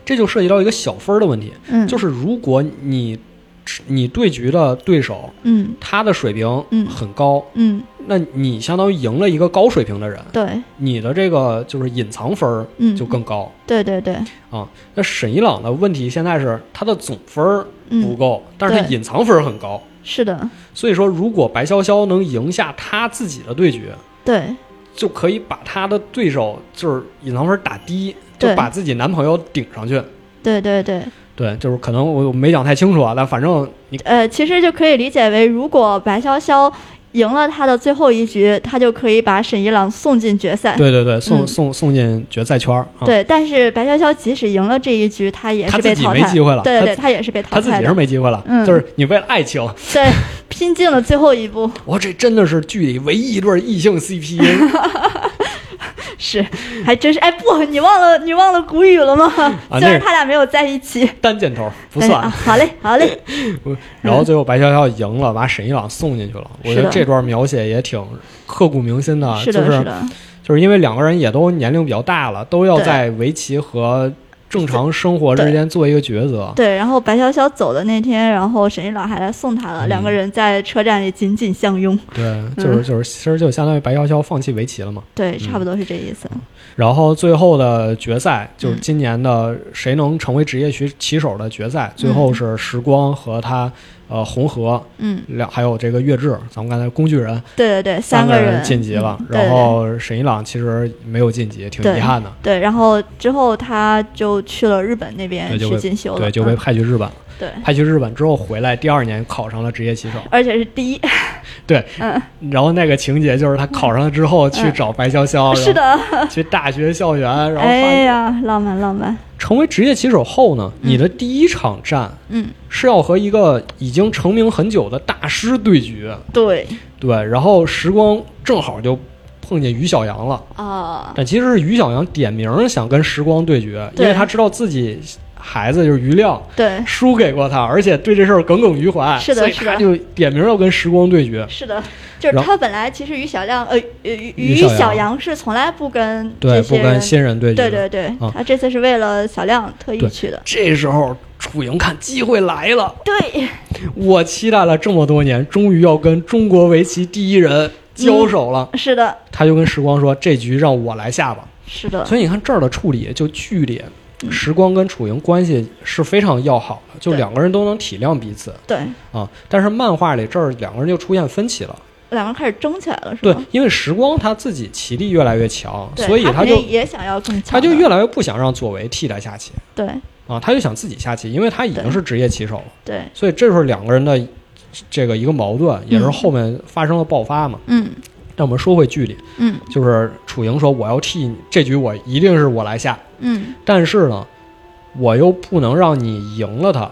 S1: 这就涉及到一个小分儿的问题，
S2: 嗯，
S1: 就是如果你你对局的对手
S2: 嗯
S1: 他的水平
S2: 嗯
S1: 很高，
S2: 嗯
S1: 那你相当于赢了一个高水平的人，
S2: 对
S1: 你的这个就是隐藏分儿
S2: 嗯
S1: 就更高。
S2: 对对对，
S1: 那沈一朗的问题现在是他的总分儿不
S2: 嗯
S1: 够，但是他
S2: 对
S1: 隐藏分儿很高，
S2: 是的，
S1: 所以说如果白潇潇能赢下他自己的对局，
S2: 对
S1: 就可以把他的对手就是隐藏分儿打低，就
S2: 对
S1: 把自己男朋友顶上去。
S2: 对对对，
S1: 对，就是可能我我没讲太清楚啊，但反正你
S2: 呃，其实就可以理解为，如果白潇潇赢了他的最后一局，他就可以把沈一郎送进决赛。
S1: 对对对，送、
S2: 嗯
S1: 送送进决赛圈儿啊。
S2: 对但是白潇潇即使赢了这一局，他也
S1: 他
S2: 是
S1: 自
S2: 被
S1: 己
S2: 淘汰。
S1: 没机会了
S2: 对
S1: 他
S2: 对，他也是被淘
S1: 他自
S2: 汰
S1: 己是
S2: 的。
S1: 没机会了，
S2: 嗯
S1: 就是你为了爱情，
S2: 对，拼尽了最后一步。
S1: 我这真的是剧里唯一一对异性 CP，
S2: 是，还真是。哎，不，你忘了你忘了古语了吗？
S1: 啊
S2: 虽
S1: 那
S2: 然他俩没有在一起，
S1: 单箭头不
S2: 但是
S1: 算。
S2: 啊，好嘞，好嘞。
S1: 然后最后白潇潇赢了，把沈一朗送进去了。我觉
S2: 是
S1: 得
S2: 的
S1: 这段描写也挺刻骨铭心的，
S2: 是
S1: 啊就
S2: 的，
S1: 是
S2: 的，
S1: 就是因为两个人也都年龄比较大了，都要
S2: 对
S1: 在围棋和正常生活之间做一个抉择。
S2: 对。然后白潇潇走的那天，然后沈一郎还来送她了，两个
S1: 嗯
S2: 人在车站里紧紧相拥。
S1: 对，
S2: 嗯
S1: 就是就是，其实就相当于白潇潇放弃围棋了嘛。
S2: 对，
S1: 嗯
S2: 差不多是这意思。
S1: 然后最后的决赛就是今年的谁能成为职业棋棋手的决赛，最后是时光和他呃红河
S2: 嗯，
S1: 两还有这个岳志，咱们刚才工具人
S2: 对对对，
S1: 三
S2: 个
S1: 人
S2: 人
S1: 晋级了
S2: 嗯，对
S1: 然后沈一朗其实没有晋级，挺
S2: 对
S1: 遗憾的，
S2: 对，然后之后他就去了日本那边
S1: 对就
S2: 去
S1: 被
S2: 进修了，
S1: 对，就被
S2: 嗯
S1: 派去日本了。
S2: 对，
S1: 派去日本之后回来，第二年考上了职业棋手。
S2: 而且是第一，
S1: 对，
S2: 嗯，
S1: 然后那个情节就是他考上了之后去找白潇潇，
S2: 是的，
S1: 然后去大学校园，然后发
S2: 哎
S1: 现
S2: 呀，浪漫浪漫，
S1: 成为职业棋手后呢，
S2: 嗯
S1: 你的第一场战
S2: 嗯，
S1: 是要和一个已经成名很久的大师对决，
S2: 对
S1: 对，然后时光正好就碰见于小阳了，
S2: 啊，
S1: 但其实是于小阳点名想跟时光对决，因
S2: 对
S1: 为他知道自己孩子就是于亮。
S2: 对，
S1: 输给过他，而且对这事儿耿耿于怀，
S2: 是的
S1: 所以
S2: 是的
S1: 他就点名要跟时光对决。
S2: 是的，就是
S1: 然后
S2: 他本来其实于小亮，呃，呃于
S1: 于
S2: 于
S1: 小
S2: 小
S1: 阳
S2: 阳是从来不跟
S1: 对，
S2: 这
S1: 不
S2: 些
S1: 跟
S2: 人，
S1: 新人对决。
S2: 对对对
S1: 啊，
S2: 他这次是为了小亮特意
S1: 对
S2: 去的，
S1: 这时候楚莹看机会来了，
S2: 对，
S1: 我期待了这么多年，终于要跟中国围棋第一人交手了。
S2: 是的，
S1: 他就跟时光说：“这局让我来下吧。”
S2: 是的，
S1: 所以你看这儿的处理就剧烈。时光跟楚莹关系是非常要好的，就
S2: 对
S1: 两个人都能体谅彼此
S2: 对，
S1: 啊。但是漫画里这儿两个人就出现分歧了，
S2: 两个人开始争起来了，是
S1: 对
S2: 吗？，
S1: 因为时光他自己棋力越来越强，
S2: 对，
S1: 所以
S2: 他
S1: 他
S2: 肯
S1: 就
S2: 定也想要更强的，
S1: 他就越来越不想让左为替代下棋
S2: 对
S1: 啊，他就想自己下棋，因为他已经
S2: 对
S1: 是职业棋手了。
S2: 对，
S1: 所以这时候两个人的这个一个矛盾，也是后面发生了爆发嘛。
S2: 嗯
S1: 但我们说回剧里，
S2: 嗯
S1: 就是楚莹说我要替你这局，我一定是我来下，
S2: 嗯，
S1: 但是呢，我又不能让你赢了他，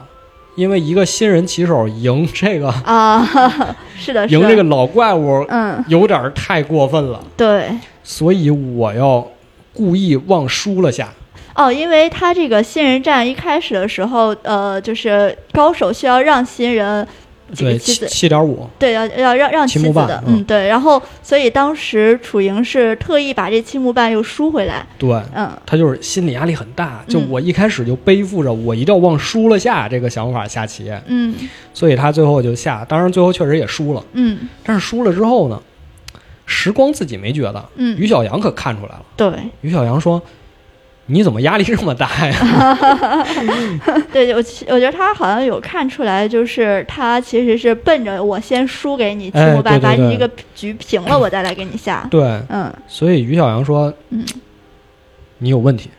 S1: 因为一个新人棋手赢这个
S2: 啊， 是啊的，是
S1: 赢
S2: 的，
S1: 这个老怪物
S2: 嗯，
S1: 有点太过分了，
S2: 对，
S1: 所以我要故意往输了下。
S2: 哦，因为他这个新人战一开始的时候，呃，就是高手需要让新人几个
S1: 对，
S2: 棋
S1: 七
S2: 子，
S1: 七点五，
S2: 对，要要让让
S1: 七
S2: 棋
S1: 目
S2: 子
S1: 半
S2: 的，
S1: 嗯
S2: 嗯，对，然后所以当时楚莹是特意把这七目半又输回来，
S1: 对。
S2: 嗯，
S1: 他就是心理压力很大，就
S2: 嗯
S1: 我一开始就背负着我一定要往输了下这个想法下棋，
S2: 嗯
S1: 所以他最后就下，当然最后确实也输了，
S2: 嗯
S1: 但是输了之后呢，时光自己没觉得，于
S2: 嗯，
S1: 小阳可看出来了，
S2: 对
S1: 于小阳说：“你怎么压力这么大呀
S2: 对，我其我觉得他好像有看出来，就是他其实是奔着我先输给你七
S1: 哎
S2: 目
S1: 对
S2: 半，
S1: 对
S2: 把
S1: 对，
S2: 你这个局平了，我再来给你下？”
S1: 对，
S2: 嗯
S1: 所以于小阳说：“
S2: 嗯
S1: 你有问题，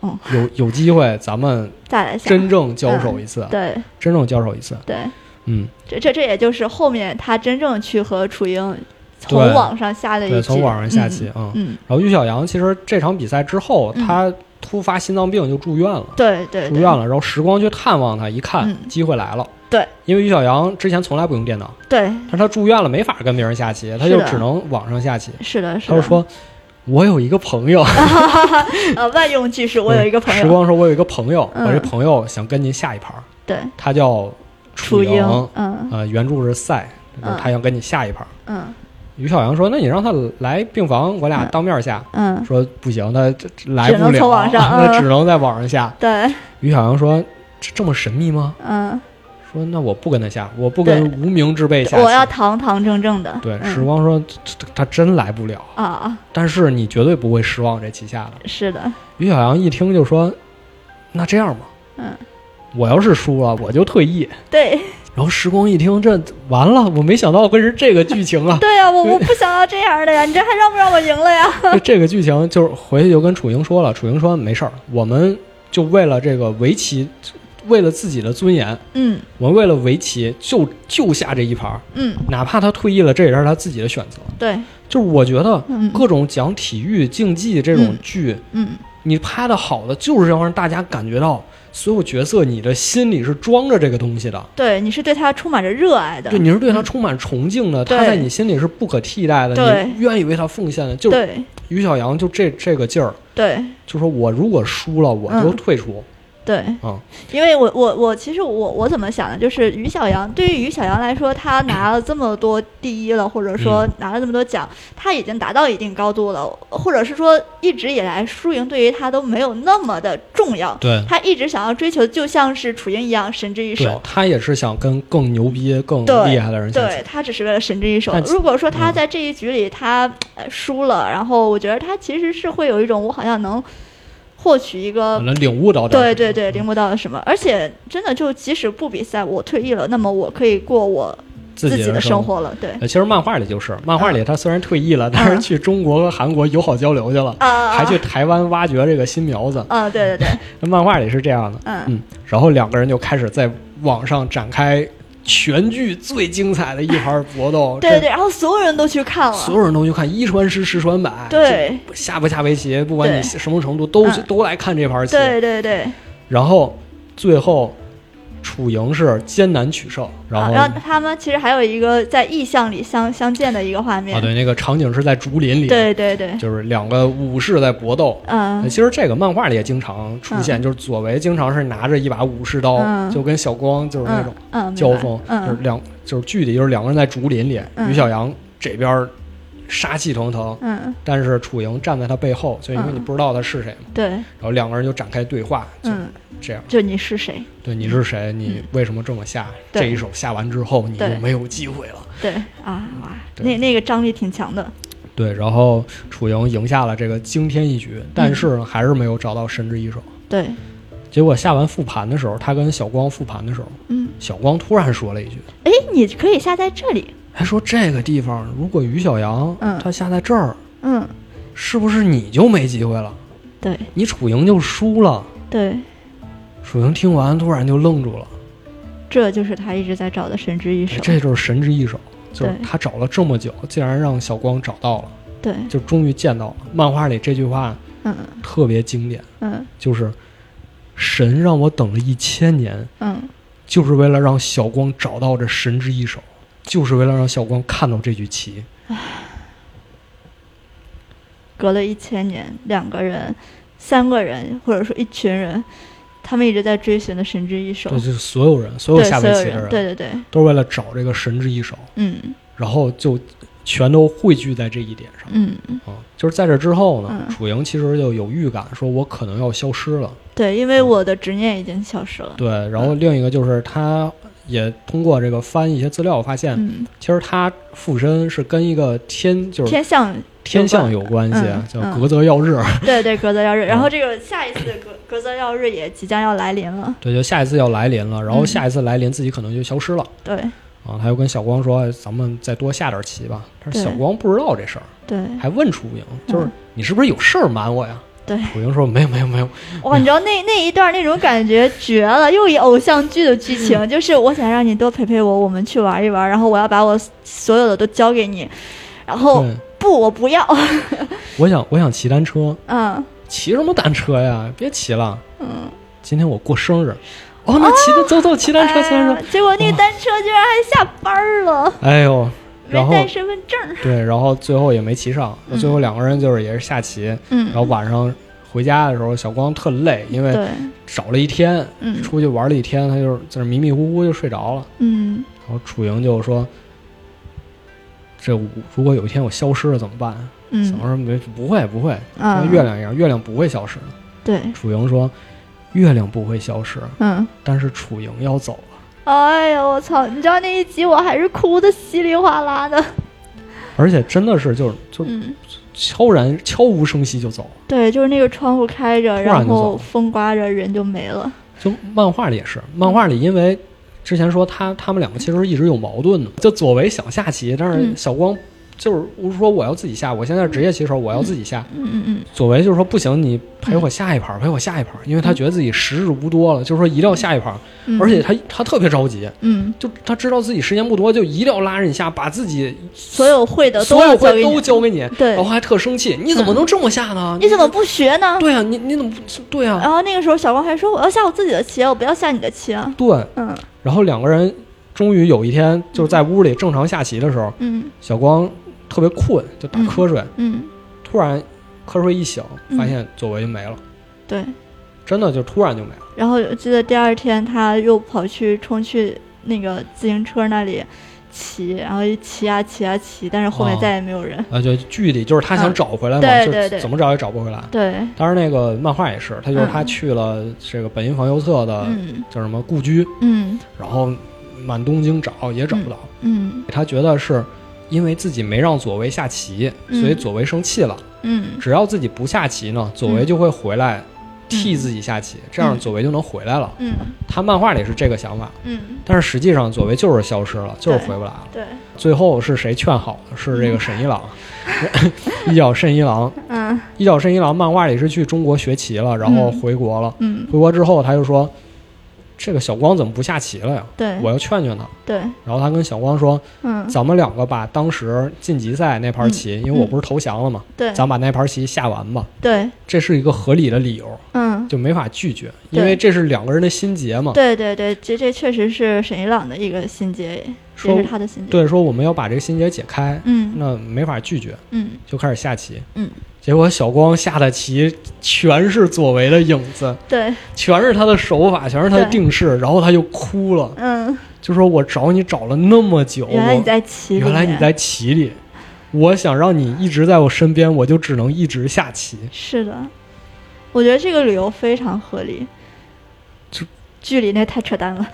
S2: 哦
S1: 有有机会咱们
S2: 再来下，
S1: 真正交手一次，
S2: 对
S1: 真正交手一次。
S2: 对。”
S1: 嗯，
S2: 这这这也就是后面他真正去和楚英从
S1: 对
S2: 网上下的一
S1: 对，从
S2: 局
S1: 网上下棋，啊。
S2: 嗯，嗯
S1: 然后于小阳其实这场比赛之后，
S2: 嗯
S1: 他突发心脏病就住院了。
S2: 对对
S1: 住
S2: 对
S1: 院了，然后时光去探望他，一看、
S2: 嗯
S1: 机会来了。
S2: 对，
S1: 因为于小阳之前从来不用电脑，
S2: 对，
S1: 但是他住院了没法跟别人下棋，他就只能网上下棋。
S2: 是的，啊是啊
S1: 他
S2: 的。
S1: 就说：“我有一个朋友，
S2: 呃，万用句式，我有 一个朋
S1: 时
S2: 友，
S1: 光说：“我有一个朋友，
S2: 嗯
S1: 我这朋友想跟您下一盘儿，
S2: 对，
S1: 他叫楚
S2: 英
S1: 莹，，
S2: 嗯
S1: 呃，原著是赛，就是
S2: 嗯
S1: 他想跟你下一盘儿。
S2: 嗯
S1: 于小阳说：“那你让他来病房，我俩当面下。
S2: 嗯，
S1: 说：“不行，他这这来不
S2: 只能
S1: 了，
S2: 从网 上嗯
S1: 那只能在网上下。
S2: 对，
S1: 于小阳说：“这这么神秘吗？”
S2: 嗯，
S1: 说那我不跟他下，我不跟无名之辈下棋。
S2: 我要堂堂正正的，
S1: 对，
S2: 嗯
S1: 时光说他他真来不了，
S2: 啊啊，
S1: 但是你绝对不会失望这棋下的。
S2: 是的，
S1: 于小阳一听就说，那这样吧，
S2: 嗯，
S1: 我要是输了我就退役。
S2: 对！
S1: 然后时光一听这完了，我没想到会是这个剧情啊
S2: 对呀，我我不想要这样的呀，你这还让不让我赢了呀？
S1: 就这个剧情就是回去就跟楚莹说了，楚莹说没事儿，我们就为了这个围棋。为了自己的尊严，
S2: 嗯
S1: 我们为了围棋就就下这一盘儿，
S2: 嗯，
S1: 哪怕他退役了，这也是他自己的选择。
S2: 对，
S1: 就是我觉得
S2: 嗯
S1: 各种讲体育竞技这种
S2: 嗯
S1: 剧，
S2: 嗯
S1: 你拍的好的就是要让大家感觉到所有角色你的心里是装着这个东西的，
S2: 对，你是对他充满着热爱的
S1: 对，，你是对他充满崇敬的，
S2: 对
S1: 他在你心里是不可替代的，
S2: 对
S1: 你愿意为他奉献的。就
S2: 对
S1: 于小阳就这这个劲儿，
S2: 对
S1: 就说我如果输了，我
S2: 嗯
S1: 就退出。
S2: 对，
S1: 嗯
S2: 因为我我我其实我我怎么想的，就是于小阳对于于小阳来说，他拿了这么多第一了，或
S1: 嗯
S2: 者说拿了这么多奖，他已经达到一定高度了，或者是说一直以来输赢对于他都没有那么的重要，
S1: 对
S2: 他一直想要追求就像是楚英一样神之一
S1: 对
S2: 手，
S1: 他也是想跟更牛逼、更
S2: 对
S1: 厉害的人相
S2: 对
S1: 处。
S2: 他只是为了神之一手
S1: 但。
S2: 如果说他
S1: 嗯
S2: 在这一局里他呃输了，然后我觉得他其实是会有一种我好像能获取一个
S1: 可能领悟到点
S2: 呃对
S1: 儿
S2: 对对，领悟到了什么？而且真的就即使不比赛，我退役了，那么我可以过我
S1: 自己
S2: 的
S1: 生
S2: 生。活了。嗯对，
S1: 呃其实漫画里就是，漫画里他虽然退役了，
S2: 嗯
S1: 但是去中国和韩国友好交流去了，
S2: 啊啊，
S1: 还去台湾挖掘这个新苗子。
S2: 啊，对对 对，
S1: 那漫画里是这样的，
S2: 嗯
S1: 嗯，然后两个人就开始在网上展开全剧最精彩的一盘搏斗，
S2: 对对对，然后所有人都去看
S1: 这所
S2: 了，
S1: 有人都去看一传十，十传百，
S2: 对
S1: 就下不下围棋，不管你
S2: 对
S1: 什么程度，都、
S2: 嗯
S1: 都来看这盘棋。
S2: 对对对，
S1: 然后最后楚莹是艰难取胜，然
S2: 啊
S1: 后
S2: 然后他们其实还有一个在意象里相相见的一个画面
S1: 啊，对，那个场景是在竹林里，
S2: 对对对，
S1: 就是两个武士在搏斗。呃
S2: 嗯
S1: 其实这个漫画里也经常出现，就是左为经常是拿着一把武士刀，
S2: 嗯
S1: 就跟小光就是那种
S2: 嗯嗯，
S1: 交锋，
S2: 明白
S1: 就是
S2: 嗯
S1: 两就是具体就是两个人在竹林里，
S2: 嗯
S1: 于小阳这边儿杀气腾腾，
S2: 嗯，
S1: 但是楚莹站在他背后，就因为
S2: 嗯
S1: 你不知道他是谁嘛，
S2: 对，
S1: 然后两个人就展开对话，就
S2: 嗯，
S1: 这样。
S2: 就你是谁？
S1: 对，你是谁？你为什么这么下？
S2: 嗯对
S1: 这一手下完之后，你就
S2: 对
S1: 没有机会了。
S2: 对啊哇，
S1: 对
S2: 那那个张力挺强的，
S1: 对，然后楚莹赢下了这个惊天一局，但是呢，还是没有找到神之一手。
S2: 对，
S1: 结果下完复盘的时候，他跟小光复盘的时候，
S2: 嗯，
S1: 小光突然说了一句，
S2: 哎，你可以下在这里，
S1: 还说这个地方如果于小阳、
S2: 嗯
S1: 他下在这儿，
S2: 嗯，
S1: 是不是你就没机会了？
S2: 对
S1: 你楚莹就输了。
S2: 对。
S1: 楚莹听完突然就愣住了，
S2: 这就是他一直在找的神之一
S1: 哎
S2: 手。
S1: 这就是神之一手，就是
S2: 对
S1: 他找了这么久，竟然让小光找到了，
S2: 对，
S1: 就终于见到了。漫画里这句话
S2: 嗯
S1: 特别经典，
S2: 嗯
S1: 就是神让我等了一千年，
S2: 嗯，
S1: 就是为了让小光找到这神之一手，就是为了让小光看到这局棋。
S2: 隔了一千年，两个人、三个人，或者说一群人，他们一直在追寻的神之一手
S1: 对，。就是所有人，所
S2: 对
S1: 有下围棋的
S2: 人，对对对，
S1: 都是为了找这个神之一手，
S2: 嗯
S1: 然后就全都汇聚在这一点上。
S2: 嗯，
S1: 啊，就是在这之后呢，
S2: 嗯
S1: 楚莹其实就有预感，说我可能要消失了。
S2: 对，因为我的执念已经消失了。
S1: 嗯对，然后另一个就是他也通过这个翻一些资料发现，
S2: 嗯，
S1: 其实他附身是跟一个天就是
S2: 天象，
S1: 天象有关系，
S2: 嗯
S1: 叫
S2: 嗯
S1: 格泽曜日。
S2: 对 对，格泽耀
S1: 嗯
S2: 日。然后这个下一次的格格泽耀日也即将要来临了。
S1: 对，就下一次要来临了，然后
S2: 嗯
S1: 下一次来临自己可能就消失了。
S2: 对
S1: 啊，他又跟小光说：“哎咱们再多下点棋吧。”但是
S2: 对
S1: 小光不知道这事儿，
S2: 对，
S1: 还问楚莹：“就是
S2: 嗯
S1: 你是不是有事儿瞒我呀？”
S2: 对
S1: 楚莹说：“没有，没有，没有。
S2: 哇，你知道那那一段那种感觉绝了，又一偶像剧的剧情，就是我想让你多陪陪我，我们去玩一玩，然后我要把我所有的都交给你，然后
S1: 对，
S2: 不，我不要，
S1: 我想，我想骑单车。
S2: 嗯
S1: 骑什么单车呀？ 别骑了，
S2: 嗯，
S1: 今天我过生日。哦，那骑的走走，骑单车，骑单
S2: 哎
S1: 车。
S2: 呀结果那个单车居然还下班了，
S1: 哎呦，然
S2: 没
S1: 后
S2: 带身份证，
S1: 对，然后最后也没骑上。
S2: 嗯
S1: 最后两个人就是也是下棋，然后哎
S2: 嗯，
S1: 晚上回家的时候，小光特累，因为
S2: 对，
S1: 找了一天，
S2: 嗯
S1: 出去玩了一天，他就是在那迷迷糊糊就睡着了。
S2: 嗯
S1: 然后楚莹就说：“这我如果有一天我消失了怎么办？”小
S2: 嗯
S1: 光说：“没，不会，不会，
S2: 啊
S1: 跟，月亮一样，月亮不会消失的。
S2: 对，”
S1: 楚莹说：“月亮不会消失，
S2: 嗯。
S1: 但是楚莹要走了。”
S2: 哎呀，我操！你知道那一集我还是哭的稀里哗啦的，
S1: 而且真的是就是就是
S2: 嗯，
S1: 悄然悄无声息就走了，
S2: 对，就是那个窗户开着，
S1: 然
S2: 然
S1: 就走
S2: 后
S1: 了
S2: 风刮着，人就没了。
S1: 就漫画里也是，漫画里因为之前说他他们两个其实一直有矛盾的，就左为想下棋，但是
S2: 嗯
S1: 小光就是我说我要自己下，我现在是职业棋手，我要自己下。
S2: 嗯嗯嗯，
S1: 左为就是说不行，你陪我下一盘，陪我下一盘，因为他觉得自己时日无多了，就是说一定要下一盘，
S2: 嗯
S1: 而且他他特别着急，
S2: 嗯，
S1: 就他知道自己时间不多，就一定要拉着你下，把自己
S2: 所有会的都
S1: 所有
S2: 要交
S1: 会
S2: 给
S1: 都
S2: 你，
S1: 交给你，
S2: 对嗯
S1: 然后还特生气，你怎么能这么下呢？
S2: 你怎么不学呢？
S1: 对啊，你你怎么不对啊？
S2: 然后那个时候小光还说我要下我自己的棋啊，我不要下你的棋啊。
S1: 对，
S2: 嗯
S1: 然后两个人终于有一天就是在屋里正常下棋的时候，
S2: 嗯
S1: 小光特别困，就打瞌睡，
S2: 嗯，
S1: 突然瞌睡一醒，
S2: 嗯
S1: 发现左为就没了，
S2: 对。
S1: 真的就突然就没了。
S2: 然后我记得第二天他又跑去冲去那个自行车那里骑，然后一骑啊骑啊骑，但是后面
S1: 哦
S2: 再也没有人。
S1: 啊，就剧里就是他想找回来嘛，
S2: 嗯对
S1: 就
S2: 对对
S1: 怎么找也找不回来。
S2: 对，
S1: 当然，那个漫画也是，他就是他去了这个本因坊右侧的
S2: 嗯
S1: 叫什么故居，
S2: 嗯
S1: 然后满东京找也找不到。
S2: 嗯
S1: 他觉得是因为自己没让左为下棋，
S2: 嗯
S1: 所以左为生气了。
S2: 嗯
S1: 只要自己不下棋呢，左为就会回来替自己下棋，这样
S2: 嗯
S1: 左为就能回来了。
S2: 嗯
S1: 他漫画里是这个想法，
S2: 嗯，
S1: 但是实际上左为就是消失了，就是回不来了。
S2: 对，
S1: 最后是谁劝好的？是这个沈一 郎，一角慎一郎。
S2: 嗯
S1: 一角慎一郎漫画里是去中国学棋了，然后
S2: 嗯
S1: 回国了。
S2: 嗯
S1: 回国之后，他就说：“这个小光怎么不下棋了呀？
S2: 对
S1: 我要劝劝他。
S2: 对，”
S1: 然后他跟小光说：“
S2: 嗯
S1: 咱们两个把当时晋级赛那盘棋，因为我不是投降了嘛，
S2: 对
S1: 咱把那盘棋下完吧。
S2: 对，
S1: 这是一个合理的理由，
S2: 嗯。
S1: 就没法拒绝，
S2: 对
S1: 因为这是两个人的心结嘛。
S2: 对对对，这这确实是沈一朗的一个心结，也
S1: 说
S2: 是他的心结。，
S1: 对，说我们要把这个心结解开，
S2: 嗯
S1: 那没法拒绝，
S2: 嗯
S1: 就开始下棋。
S2: 嗯，
S1: 结果小光下的棋全是左为的影子，
S2: 对，
S1: 全是他的手法，全是他的
S2: 对
S1: 定式，然后他就哭了，
S2: 嗯，
S1: 就说：“我找你找了那么久，
S2: 原来你
S1: 我
S2: 在棋里
S1: 原
S2: 面，
S1: 来你在棋里，我想让你一直在我身边，我就只能一直下棋。
S2: 是的，我觉得这个理由非常合理。
S1: 就
S2: 距离那太扯淡了，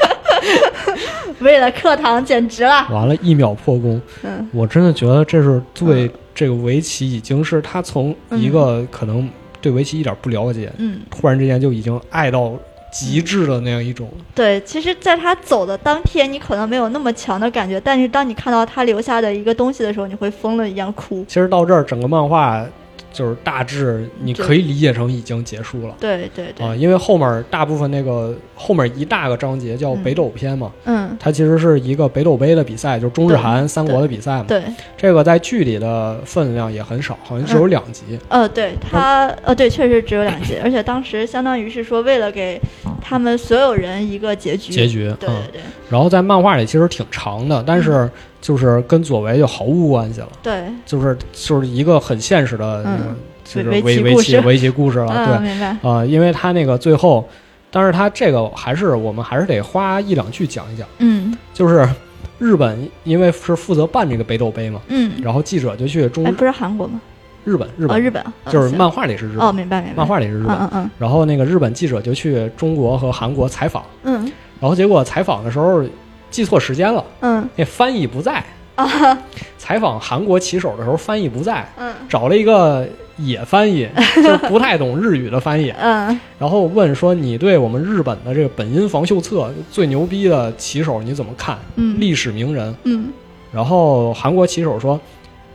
S2: 为了课堂简直了。
S1: 完了，一秒破功。
S2: 嗯
S1: 我真的觉得这是对
S2: 嗯
S1: 这个围棋已经是他从一个可能对围棋一点不了解，
S2: 嗯，
S1: 突然之间就已经爱到极致的那样一种。
S2: 对，其实，在他走的当天，你可能没有那么强的感觉，但是当你看到他留下的一个东西的时候，你会疯了一样哭。
S1: 其实到这儿，整个漫画就是大致你可以理解成已经结束了。
S2: 对对对，
S1: 啊，因为后面大部分那个后面一大个章节叫北斗篇嘛，
S2: 嗯，
S1: 它其实是一个北斗杯的比赛，就是中日韩三国的比赛嘛。
S2: 对，
S1: 这个在剧里的分量也很少，好像只有两集。
S2: 呃，对他，呃，对，确实只有两集，而且当时相当于是说，为了给他们所有人一个结局，
S1: 结局，
S2: 对
S1: 嗯
S2: 对，对
S1: 然后在漫画里其实挺长的，但
S2: 嗯
S1: 是就是跟左为就毫无关系了，
S2: 对，
S1: 就是就是一个很现实的那个
S2: 嗯，
S1: 就是
S2: 围
S1: 围
S2: 棋
S1: 围
S2: 故
S1: 棋
S2: 事
S1: 围棋故事了，对
S2: 嗯，，明白，
S1: 啊，因为他那个最后，但是他这个还是我们还是得花一两句讲一讲，
S2: 嗯
S1: 就是日本因为是负责办这个北斗杯嘛，
S2: 嗯，
S1: 然后记者就去中
S2: 哎，不是韩国吗？
S1: 日本日
S2: 哦，
S1: 本
S2: 日本，哦
S1: 就是
S2: 行
S1: 漫画里是日
S2: 哦，
S1: 本，
S2: 明白明白，
S1: 漫画里是日本，
S2: 嗯嗯
S1: 然后那个日本记者就去中国和韩国采访，
S2: 嗯
S1: 然后结果采访的时候记错时间了，
S2: 嗯
S1: 那翻译不在，
S2: 啊
S1: 采访韩国棋手的时候翻译不在，
S2: 嗯
S1: 找了一个野翻译，就是不太懂日语的翻 译。
S2: 嗯
S1: 然后问说你对我们日本的这个本因坊秀策最牛逼的棋手你怎么看？
S2: 嗯
S1: 历史名人。
S2: 嗯
S1: 然后韩国棋手说，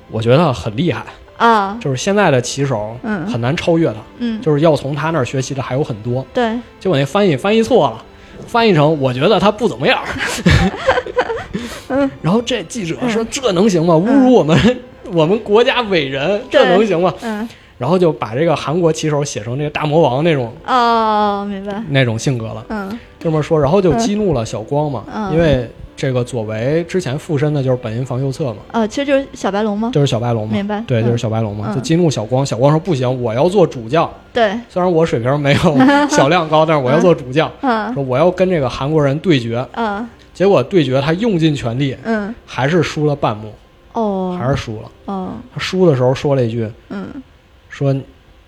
S1: 我觉得很厉害，
S2: 啊
S1: 就是现在的棋手
S2: 嗯
S1: 很难超越他，
S2: 嗯，
S1: 就是要从他那儿学习的还有很多。
S2: 对，
S1: 结果那翻译翻译错了。翻译成我觉得他不怎么样，
S2: 嗯
S1: 然后这记者说这能行吗？侮辱我们、我们国家伟人，这
S2: 对
S1: 能行吗？
S2: 嗯
S1: 然后就把这个韩国棋手写成这个大魔王那种
S2: 哦，明白，
S1: 那种性格了。
S2: 嗯
S1: 这么说，然后就激怒了小光嘛，
S2: 嗯
S1: 因为这个左为之前附身的就是本因坊右侧嘛，
S2: 哦，其实就是小白龙吗？
S1: 就是小白龙嘛
S2: 明，白，
S1: 对，
S2: 嗯
S1: 就是小白龙嘛，
S2: 嗯
S1: 就激怒小光。小光说不行，我要做主将，
S2: 对，
S1: 虽然我水平 没有小亮高，但是我要做主将，
S2: 嗯
S1: 说我要跟这个韩国人对决。
S2: 嗯
S1: 结果对决他用尽全力，
S2: 嗯，
S1: 还是输了半目，
S2: 哦，
S1: 还是输了。
S2: 哦，
S1: 他输的时候说了一句，
S2: 嗯
S1: 说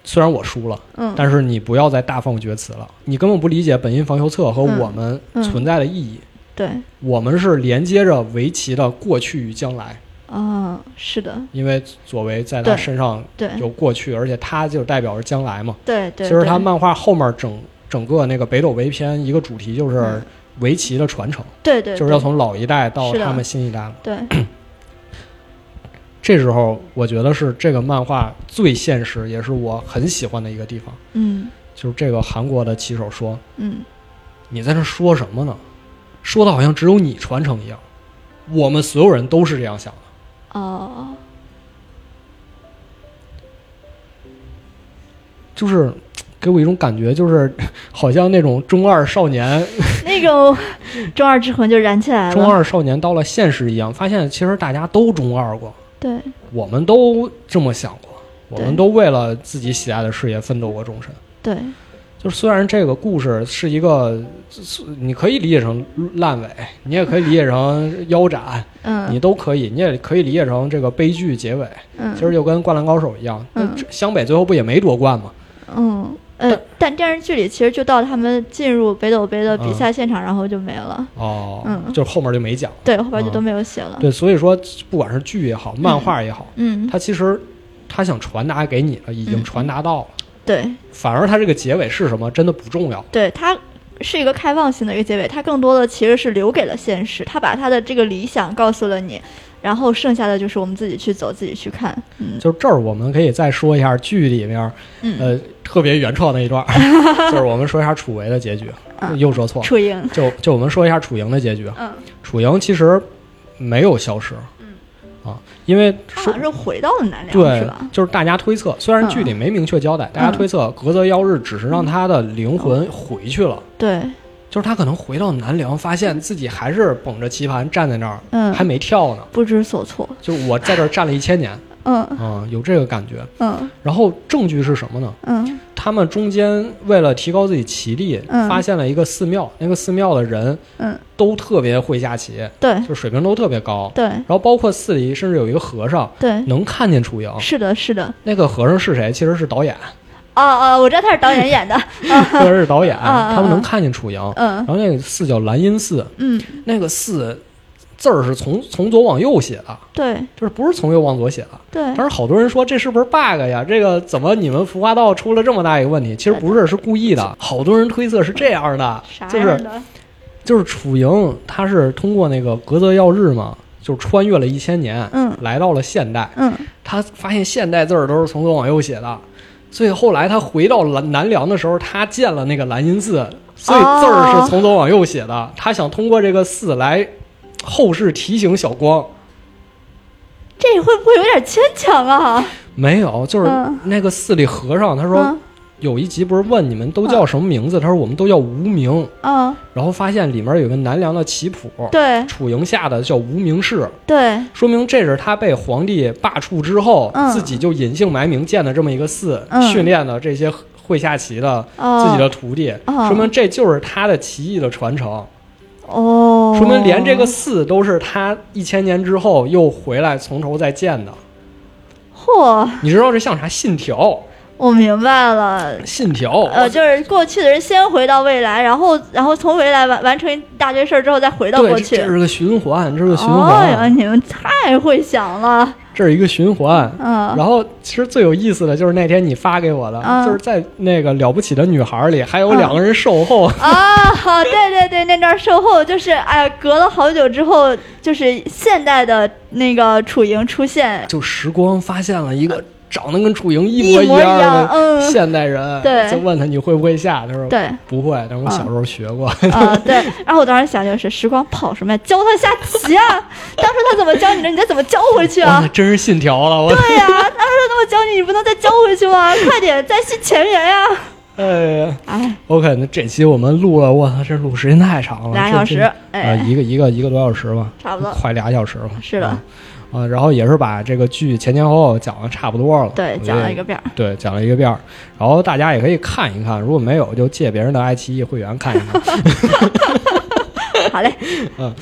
S1: 虽然我输了。
S2: 嗯，
S1: 但是你不要再大放厥词了，你根本不理解本因坊右侧和
S2: 嗯
S1: 我们
S2: 嗯
S1: 存在的意义。
S2: 对，
S1: 我们是连接着围棋的过去与将来，
S2: 啊，是的，
S1: 因为左为在他
S2: 对
S1: 身上
S2: 对
S1: 有过去，而且他就代表着将来嘛。
S2: 对
S1: 其
S2: 对，
S1: 实
S2: 对
S1: 他漫画后面整整个那个北斗围篇一个主题就是
S2: 嗯
S1: 围棋的传承，
S2: 对对
S1: 就是要从老一代到
S2: 是的
S1: 他们新一代了。
S2: 对，对
S1: 这时候我觉得是这个漫画最现实，也是我很喜欢的一个地方，
S2: 嗯
S1: 就是这个韩国的棋手说
S2: 嗯，：“
S1: 你在那说什么呢？说的好像只有你传承一样，我们所有人都是这样想的。”
S2: 哦，
S1: 就是给我一种感觉，就是好像那种中二少年，
S2: 那种 中二之魂就燃起来了。
S1: 中二少年到了现实一样，发现其实大家都中二过，
S2: 对，
S1: 我们都这么想过，我们
S2: 对
S1: 都为了自己喜爱的事业奋斗过终身。
S2: 对，
S1: 就是虽然这个故事是一个，是你可以理解成烂尾，你也可以理解成腰斩，你
S2: 嗯
S1: 都可以，你也可以理解成这个悲剧结尾。
S2: 嗯，
S1: 其实就跟《灌篮高手》一样，那
S2: 嗯
S1: 这湘北最后不也没夺冠吗？
S2: 嗯呃，但电视剧里其实就到他们进入北斗杯
S1: 嗯
S2: 的比赛现场，然后就没了。
S1: 哦，
S2: 嗯
S1: 就是后面就没讲。
S2: 对，后边
S1: 嗯
S2: 就都没有写了。
S1: 对，所以说不管是剧也好，漫画也好，
S2: 嗯，
S1: 他其实他想传达给你了，已经
S2: 嗯
S1: 传达到了。
S2: 对
S1: 反而他这个结尾是什么，真的不重要。
S2: 对，它是一个开放性的一个结尾，它更多的其实是留给了现实，它把它的这个理想告诉了你，然后剩下的就是我们自己去走，自己去看。嗯
S1: 就是这儿，我们可以再说一下剧里面，
S2: 嗯，
S1: 呃，特别原创的一段儿， 就是我们说一下楚维的结局，
S2: 嗯
S1: 又说错了。
S2: 初英，
S1: 就就我们说一下楚莹的结局，啊
S2: 嗯，
S1: 楚莹其实没有消失，啊，因为
S2: 他嗯好
S1: 说
S2: 像是回到了南梁，是
S1: 对
S2: 吧，？
S1: 就是大家推测，虽然
S2: 嗯
S1: 剧里没明确交代，大家
S2: 嗯哦
S1: 推测格泽妖日只是让他的灵魂回去了，
S2: 对，
S1: 就是他可能回到南梁，发现自己还是捧着棋盘站在那儿，
S2: 嗯
S1: 还没跳呢。
S2: 不知所措。
S1: 就是我在这儿站了一千年，
S2: 嗯
S1: 嗯，有这个感觉。
S2: 嗯
S1: 然后证据是什么呢？
S2: 嗯
S1: 他们中间为了提高自己棋力，
S2: 嗯
S1: 发现了一个寺庙，那个寺庙的人
S2: 嗯，
S1: 都特别会下棋，
S2: 对
S1: 就水平都特别高。
S2: 对
S1: 然后包括寺里甚至有一个和尚
S2: 对，
S1: 能看见楚莹，
S2: 是的，是的。
S1: 那个和尚是谁？其实是导演，
S2: 哦哦，我知道他是导演演的。
S1: 或者是导演，
S2: 啊啊
S1: 他们能看见楚莹。
S2: 嗯
S1: 然后那个寺叫兰阴寺，
S2: 嗯，
S1: 那个寺字儿是从从左往右写的，
S2: 对
S1: 就是不是从右往左写的。
S2: 对
S1: 当然，好多人说这是不是 bug 呀？这个怎么你们服化道出了这么大一个问题？其实不是，是故意的。好多人推测是这样的，
S2: 啥
S1: 就
S2: 样
S1: 是
S2: 的？
S1: 就是楚莹，她是通过那个格泽耀日嘛，就是穿越了一千年，
S2: 嗯
S1: 来到了现代。
S2: 嗯
S1: 她发现现代字儿都是从左往右写的，所以后来她回到南南梁的时候，她建了那个兰阴寺，所以字儿
S2: 哦
S1: 是从左往右写的。她想通过这个寺来后世提醒小光，
S2: 这会不会有点牵强啊？
S1: 没有，就是
S2: 嗯
S1: 那个寺里和尚，他说。
S2: 嗯
S1: 有一集不是问你们都叫什么名字？他说我们都叫无名，
S2: 嗯，
S1: 然后发现里面有个南梁的棋谱，
S2: 对
S1: 楚莹下的叫无名氏，
S2: 对
S1: 说明这是他被皇帝罢黜之后，
S2: 嗯
S1: 自己就隐姓埋名建的这么一个寺，
S2: 嗯
S1: 训练的这些会下棋的
S2: 哦，
S1: 自己的徒弟，
S2: 哦
S1: 说明这就是他的棋艺的传承，
S2: 哦，
S1: 说明连这个寺都是他一千年之后又回来从头再建的。
S2: 嚯，
S1: 你知道这像啥？信条，
S2: 我明白了。
S1: 信条，
S2: 呃，就是过去的人先回到未来，然后然后从未来完完成一大堆事儿之后再回到
S1: 对，
S2: 过
S1: 这
S2: 去。
S1: 这是个循环，这是个循
S2: 哦
S1: 环。
S2: 呀，你们太会想了，
S1: 这是一个循环。
S2: 嗯
S1: 然后其实最有意思的就是那天你发给我的，
S2: 嗯
S1: 就是在那个了不起的女孩里还有两个人售后，
S2: 啊，好，对对对，那段售后就是，哎呀，隔了好久之后，就是现代的那个楚莹出现，
S1: 就时光发现了一个长得跟楚莹
S2: 一
S1: 一模
S2: 模一
S1: 样
S2: 样
S1: 的
S2: 嗯
S1: 现代人，
S2: 对
S1: 就问他你会不会下，他说
S2: 对，
S1: 不会，但是我小时候学过，
S2: 啊、对。然后我当时想就是，时光跑什么呀？教他下棋 啊！当初他怎么教你的，你再怎么教回去
S1: 哇，
S2: 啊
S1: 那？真是信条了，我
S2: 对呀、当初他怎么教你，你不能再教回去 吗？快点，再续前缘呀、
S1: 哎呀。
S2: 哎，
S1: OK，那这期我们录了，我操，这录时间太长了，
S2: 俩
S1: 这
S2: 小时
S1: 这
S2: 哎
S1: 呃，一个一个一个多小时吧，
S2: 差不多
S1: 快俩小时了。
S2: 是的
S1: 啊，啊，然后也是把这个剧前前后后讲的差不多了，
S2: 对
S1: 我，觉
S2: 讲
S1: 得
S2: 了一个遍儿。
S1: 对，讲了一个遍儿，然后大家也可以看一看，如果没有就借别人的爱奇艺会员看一看，
S2: 好 嘞，嗯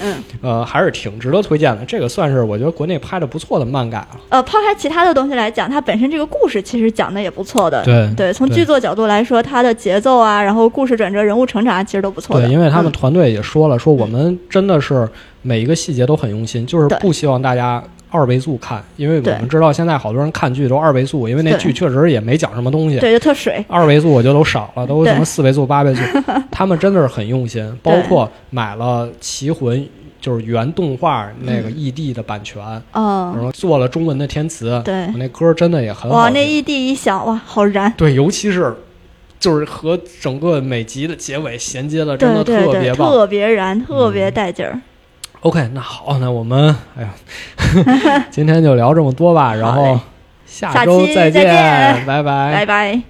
S1: 呃，还是挺值得推荐的。这个算是我觉得国内拍的不错的漫改了。
S2: 呃，抛开其他的东西来讲，它本身这个故事其实讲的也不错的。
S1: 对
S2: 对，从
S1: 对
S2: 剧作角度来说，它的节奏啊，然后故事转折、人物成长啊，其实都不错的。
S1: 对，因为他们
S2: 嗯
S1: 团队也说了，说我们真的是每一个细节都很用心，就是
S2: 对
S1: 不希望大家二倍速看，因为我
S2: 对
S1: 们知道现在好多人看剧都二倍速，因为那
S2: 对
S1: 剧确实也没讲什么东西。
S2: 对就特水。
S1: 二维速我觉得都少了，都什么
S2: 对
S1: 四维速、八维速，他们真的是很用心。包括买了《棋魂》就是原动画那个 ED 的版权，然
S2: 嗯，
S1: 后做了中文的填词，
S2: 对
S1: 我那歌真的也很好
S2: 哇，
S1: 听。
S2: 那异地一响，哇，好燃，
S1: 对，尤其是就是和整个每集的结尾衔接的，真
S2: 对
S1: 的
S2: 对
S1: 特
S2: 对，
S1: 别棒。嗯
S2: 特别燃，特别带劲儿。
S1: OK，那好，那我们哎呀， 今天就聊这么多吧，然
S2: 好嘞
S1: 后下周
S2: 下期
S1: 再
S2: 再见
S1: 拜拜
S2: 拜拜。